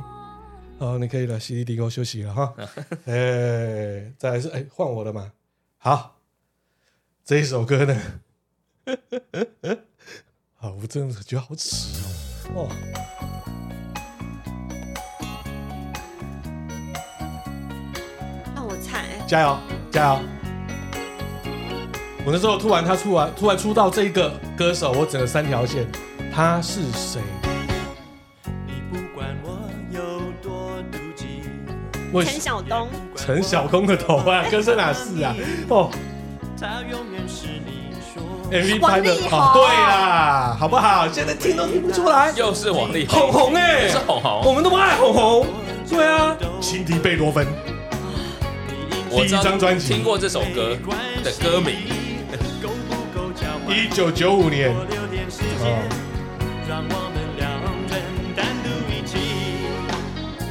好，你可以了，洗洗地沟休息了 哈。哎、再来是哎，换、我了嘛。好，这一首歌呢， 好，我真的觉得好耻哦。哦，
让我猜，
加油，加油！我那时候突然他出来，突然出道这一个歌手，我整个三条线，他是谁？
你不管我有多妒忌，
为
陈晓东，
陈小空的头啊，跟这哪是啊？哦。
他永远是你说
MV
王
拍的哦
力宏
好，对啦，好不好？现在听都听不出来，
又是王力
红
宏，
红哎、
是红
我
红，
们那么爱红红，对啊，情敌贝多芬，
我知道
第一张专辑
听过这首歌的歌名，
够不够交换。
一九九五年，
多留点时间
哦，
让我们两人单独一起。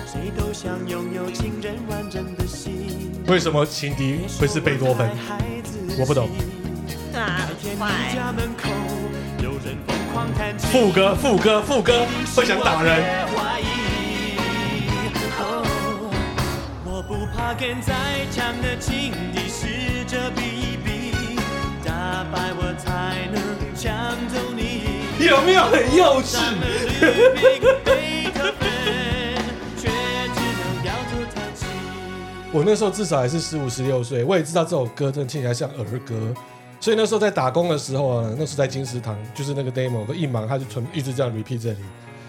谁都想拥有情人完整的心。
为什么情敌会是贝多芬？我不懂。
对啊，坏，
家门口有人疯狂弹琴。
副歌，副歌，副歌，会想打人。
怀疑。哦我不怕跟再强的情敌试着比一比，打败我才能抢走你。
有没有很幼稚？
咱们履行贝多芬，却只能咬住叹息。
我那时候至少还是十五十六岁，我也知道这首歌真的听起来像儿歌，所以那时候在打工的时候啊，那时候在金石堂，就是那个 demo 我一忙，他就纯一直这样 repeat 这里，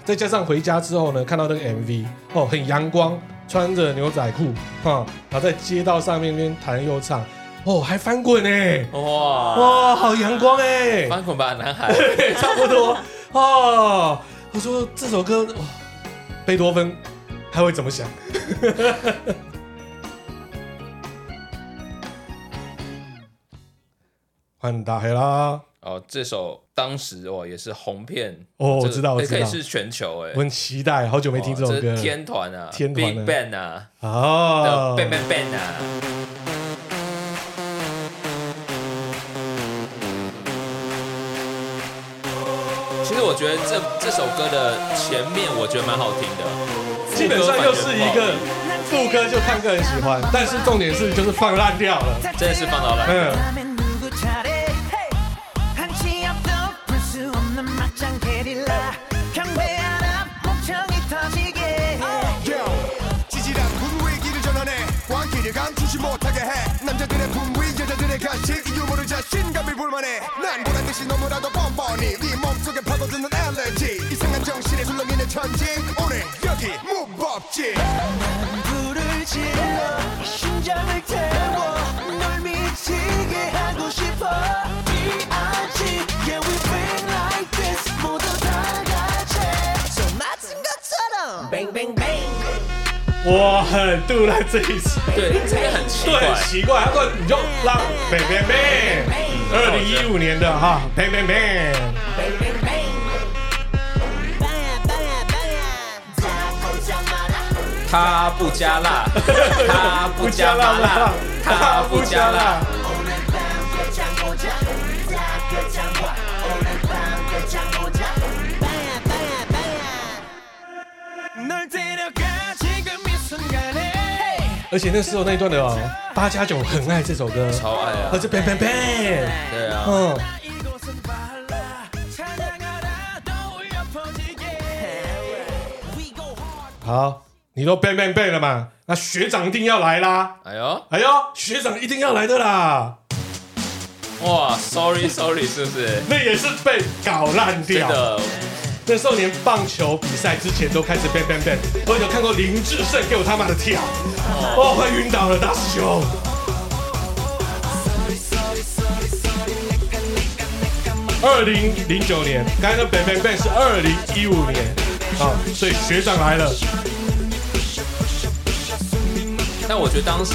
再加上回家之后呢，看到那个 MV 哦，很阳光，穿着牛仔裤哈、然后在街道上面那边弹又唱，哦，还翻滚哎，
哇，
哇，好阳光哎、
翻滚吧，男孩，
差不多哦。我说这首歌，哇，贝多芬他会怎么想？ 换大黑啦，
哦，这首当时哦也是红遍
哦我
这个
知道我
也可
知
以
道
是全球哎
我，很期待，好久没听这首
哦
歌
是
了。
天团啊，
天团啊
Big Bang 啊
哦，
，Bang Bang Bang 啊，其实我觉得这这首歌的前面我觉得蛮好听的，
基本上又是一个
副
副
歌
歌，就看个人喜欢，但是重点是就是放烂掉了。
反正真的是放到烂，
嗯，
지지랑 분부의 길을 전환해 왕길을 감추지 못하게 해 남자들의 분부의 여자들의 간식 이 유머를 자신감이 불만해 난 보란듯이 너무나도 뻔뻔히 네 몸속에 파고드는 엘레지 이상한 정신에 술렁이는 천지 오늘 여기 무법지
불을 질러 심장을 태워 널 미치게 하고 싶어 D.I.G. Yeah we been like this 모두 다 같이 손 맞은 것처럼 뱅뱅뱅
我很杜烂这一首。
对，这个很奇
对，
怪
很。奇怪，他说你
嗯
就让 bang bang bang，二零一五年的哈 bang bang bang，
他不加 辣，他不加麻辣，他不加辣。，
널 데려가 지금 이 순간에
而且那时候那一段的哦，八加九很爱这首歌，
超爱啊
而！且 bang bang bang，
对啊，
嗯，
이곳은 발라 찬양하라 더 울려 퍼지게 We go hard
好，你都 bang bang bang 了嘛，那学长一定要来啦，
哎呦，
哎呦，学长一定要来的啦，
哇，sorry sorry，是不是？
那也是被搞烂
真
掉，
的，
那时候连棒球比赛之前都开始 bang bang bang，我有看过林志胜给我他妈的跳，哦，快晕倒了，大师兄。二零零九年，刚才的 bang bang bang 是二零一五年，啊，所以学长来了，
但我觉得当时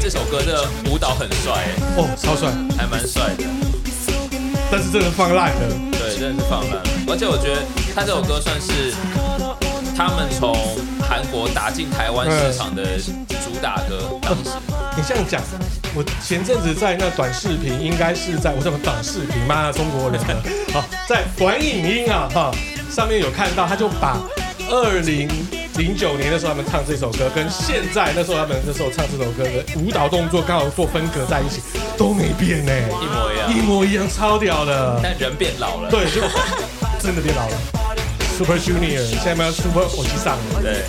这首歌的舞蹈很帅，哎
哦，超帅，
还蛮帅的。
但是真的放烂了，
对，真的是放烂。而且我觉得他这首歌算是他们从韩国打进台湾市场的主主打歌，当时
你这样讲，我前阵子在那短视频，应该是在我怎么短视频？妈，中国人 了，好，在短影音啊哈上面有看到，他就把二零零九年的时候他们唱这首歌，跟现在那时候他们那时候唱这首歌的舞蹈动作刚好做分隔在一起，都没变呢、
一模
一模
一样，
一样，超屌的。
但人变老了。
对，就真的变老了。Super Junior，现在要 Super 我去上了。
对，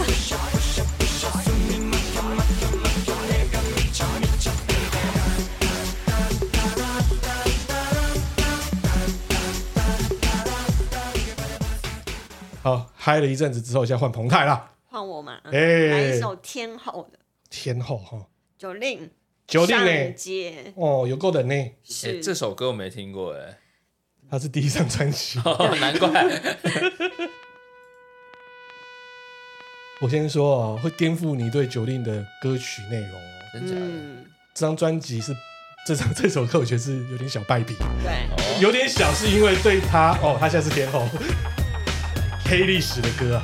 好，嗨了一阵子之后，现在换彭泰啦，
换我嘛，
哎
来一首天后的
天后哈，
九令
九令
上
呢？
街
哦，有够人呢，
诶
是
哎这首歌我没听过哎，
他是第一张专 辑。
哦 难怪。
我先说哦，会颠覆你对九令的歌曲内容哦。
真假的？
嗯，
这张专辑是这张这首歌，我觉得是有点小败笔，
对，
哦
有点小是因为对他哦，他现在是天后， 黑历史的歌啊。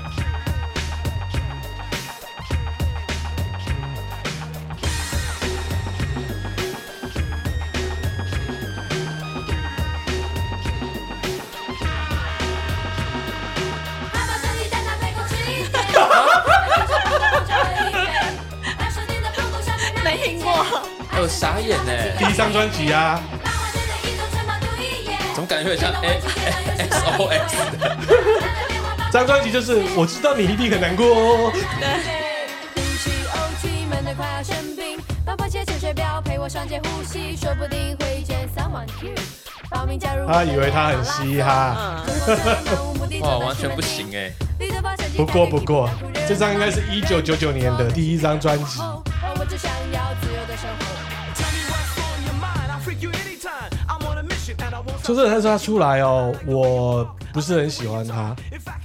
爸爸等你带他背过去一点，他说你的胖狗像没
没听过，
哎我傻眼哎，
第一张专辑啊，
把我真的一种全把毒一眼，
怎么感觉很像 S O S 的？
这张专辑就是我知道你一定很难过哦。
呼吸呕气，闷得快要生病。帮迫写潜水表，陪我上街呼吸，说不定会遇见 someone you。报名加入我的
他以为他很嘻哈，
嗯，
哦
哇，哦完全不行哎。
不过不过，这张应该是一九九九年的第一张专辑。
哦我只想要自由的生活。
Tell me what's on your mind. I'll freak you anytime. I'm on a mission and I won't
邱正他说他出来哦，我不是很喜欢他，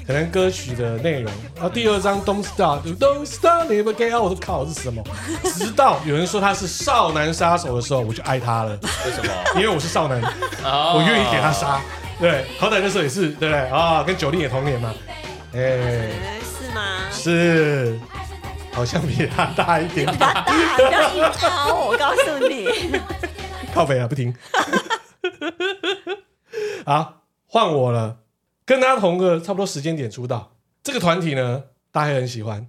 可能歌曲的内容。然后第二张《Don't Stop》，Don't Stop Never Get Out，我说靠，这是什么？直到有人说他是少男杀手的时候，我就爱他了，
为 什么？
因为我是少男，
哦
我愿意给他杀。对，好歹那时候也是，对不对啊？跟九令也同年嘛，哎、
呃是吗？
是，好像比他大一点
哦
点。
大不要硬凹，我告诉 你，
靠北啊，不停。 好，换我了，跟他同个差不多时间点出道。这个团体呢，大家也很喜欢，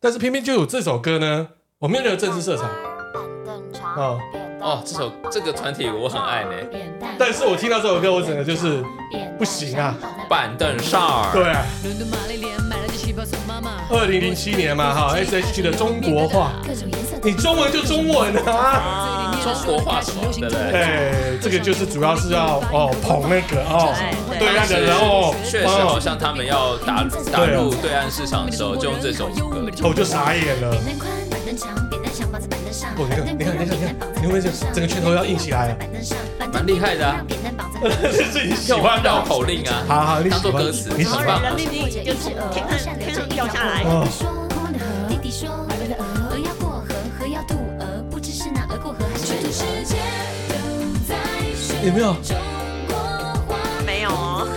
但是偏偏就有这首歌呢，我没有任何政治色彩哦，
哦，这首这个团体我很爱呢。
但是我听到这首歌，我整个就是不行啊，
板凳上，
对啊，
伦敦玛丽莲买了件旗袍送妈妈。
二零零七年嘛，哈，S H G 的中国化，你中文就中文啊，
哎
中国话什么的嘞？
哎，这个就是主要是要哦捧那个哦
对
对岸的人哦，
确实好
哦，
像他们要打打入对岸市场的时候，就用这首歌。
我就傻眼了。
扁担宽，板凳长，扁担长，绑在板凳上。
哦你看你看你看你看你会不会这整个拳头要硬起来啊
蛮厉害的啊
扁担绑在
这是你喜
用
欢的
绕
哦。
口令啊，
好好，你
当
喜
做
欢
歌词，
你
很
喜欢
棒。
人命就是天上天上掉下来，
哦。
弟弟说：“鹅的鹅，鹅要过河，河要渡鹅，不知是哪鹅过河还是全世界都在学
有没有？
中国话，
没有哦，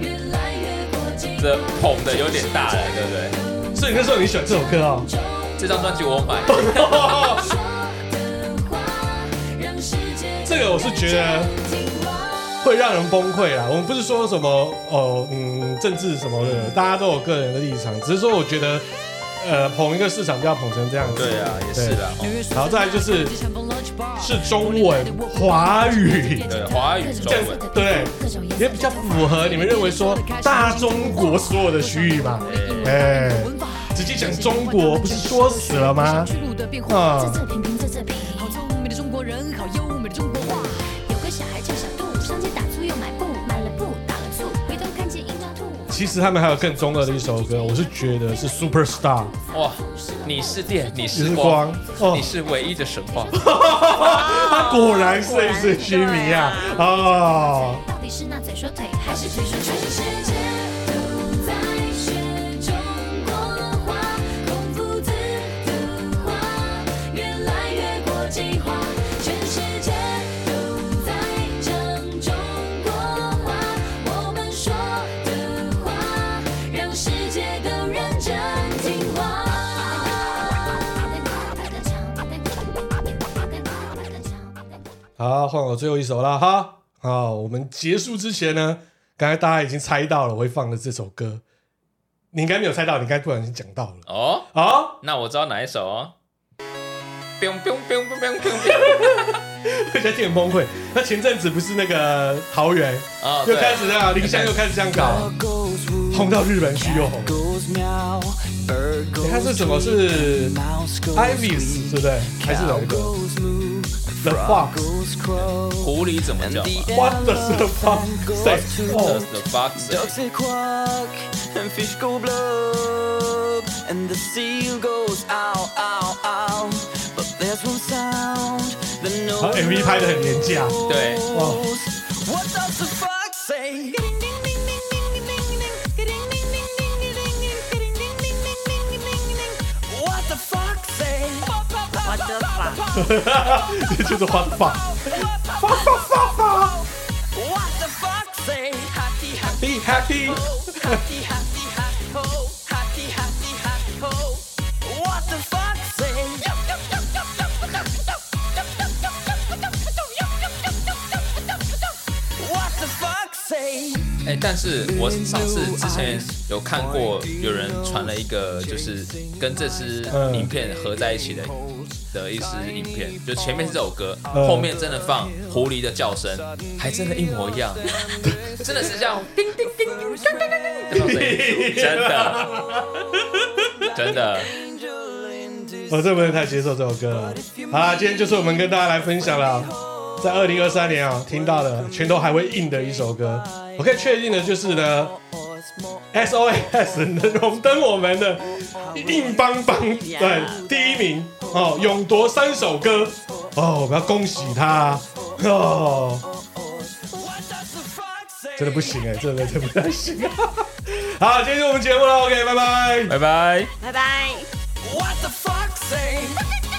越来越国际
这捧的有点大了，对不对？
所以那时候你喜欢这首歌哦。
这张专辑我 买，
说的话，让世界
这 个我是觉得
听我。
会让人崩溃啊啦。我们不是说什么哦，嗯，政治什么的，大家都有个人的立场，只是说我觉得，呃，捧一个市场不要捧成这样子。
对啊，也是的。哦
然后再来就是是中文华语，
对，啊华语中
这样子
文，
对，也比较符合你们认为说大中国所有的区域嘛。哎、直接讲中国不是说死了吗？啊、
这平平仄仄平，好聪明的中国人，好优美的中国话。有个小孩叫小杜，上街打醋又买布，买了布打了醋，回头看见一张兔。
其实他们还有更中二的一首歌，我是觉得是 Superstar，
哇，你是电，你
日
是
光
光，
哦
你，是唯一的神话。
他果然是一只须弥啊！哦，
到底是那嘴说腿，还是腿说全世界都在学中国话，孔夫子的话越来越国际化，全世界都在讲中国话，我们说的话让世界都认真听话。
好，换我最后一首了哈。好，我们结束之前呢，刚才大家已经猜到了我会放的这首歌，你应该没有猜到，你应该不小心讲到了。啊
哦，
好，
那我知道哪一首哦。biu biu biu biu biu biu biu
大家听很崩溃。那前阵子不是那个桃园
啊，
又开
对，
始这样，林湘又开始这样搞，红到日本去又红。你看是什么？是 Ivis 对不对？还是哪一个？The Fox，What
狐狸怎么叫嘛
does the Fox say？哦
Does the fox say-
Ducks they quack and fish go blub and the seal goes ow ow ow. But there's one sound that no
好
one
MV 拍的很廉价，
对，
哇，
knows. What does the fox say? What the fox say?
What the fuck？
这就是 What Fox。
What the fox say? Happy happy
Be happy。
happy happy happy ho happy happy happy ho. What the fox say? What the fox say?
哎，但是我上次之前有看过有人传了一个，就是跟这支
嗯
影片合在一起的的一支影片，就前面是这首歌，后面真的放狐狸的叫声，还真的一模一样， 真的是这样，叮叮叮叮叮叮叮叮叮，真的，真的，
我真不能太接受这首歌了。好啦，今天就是我们跟大家来分享了，在二零二三年啊听到的全都还会硬的一首歌。我可以确定的就是呢，SOS 能荣登我们的硬邦邦对第一名哦，勇夺三首歌哦，我们要恭喜他哦。真的不行哎、真的真的不太行、 啊。好，今天就是我们节目了，OK，拜拜。
拜拜。
拜拜。
What the fuck say?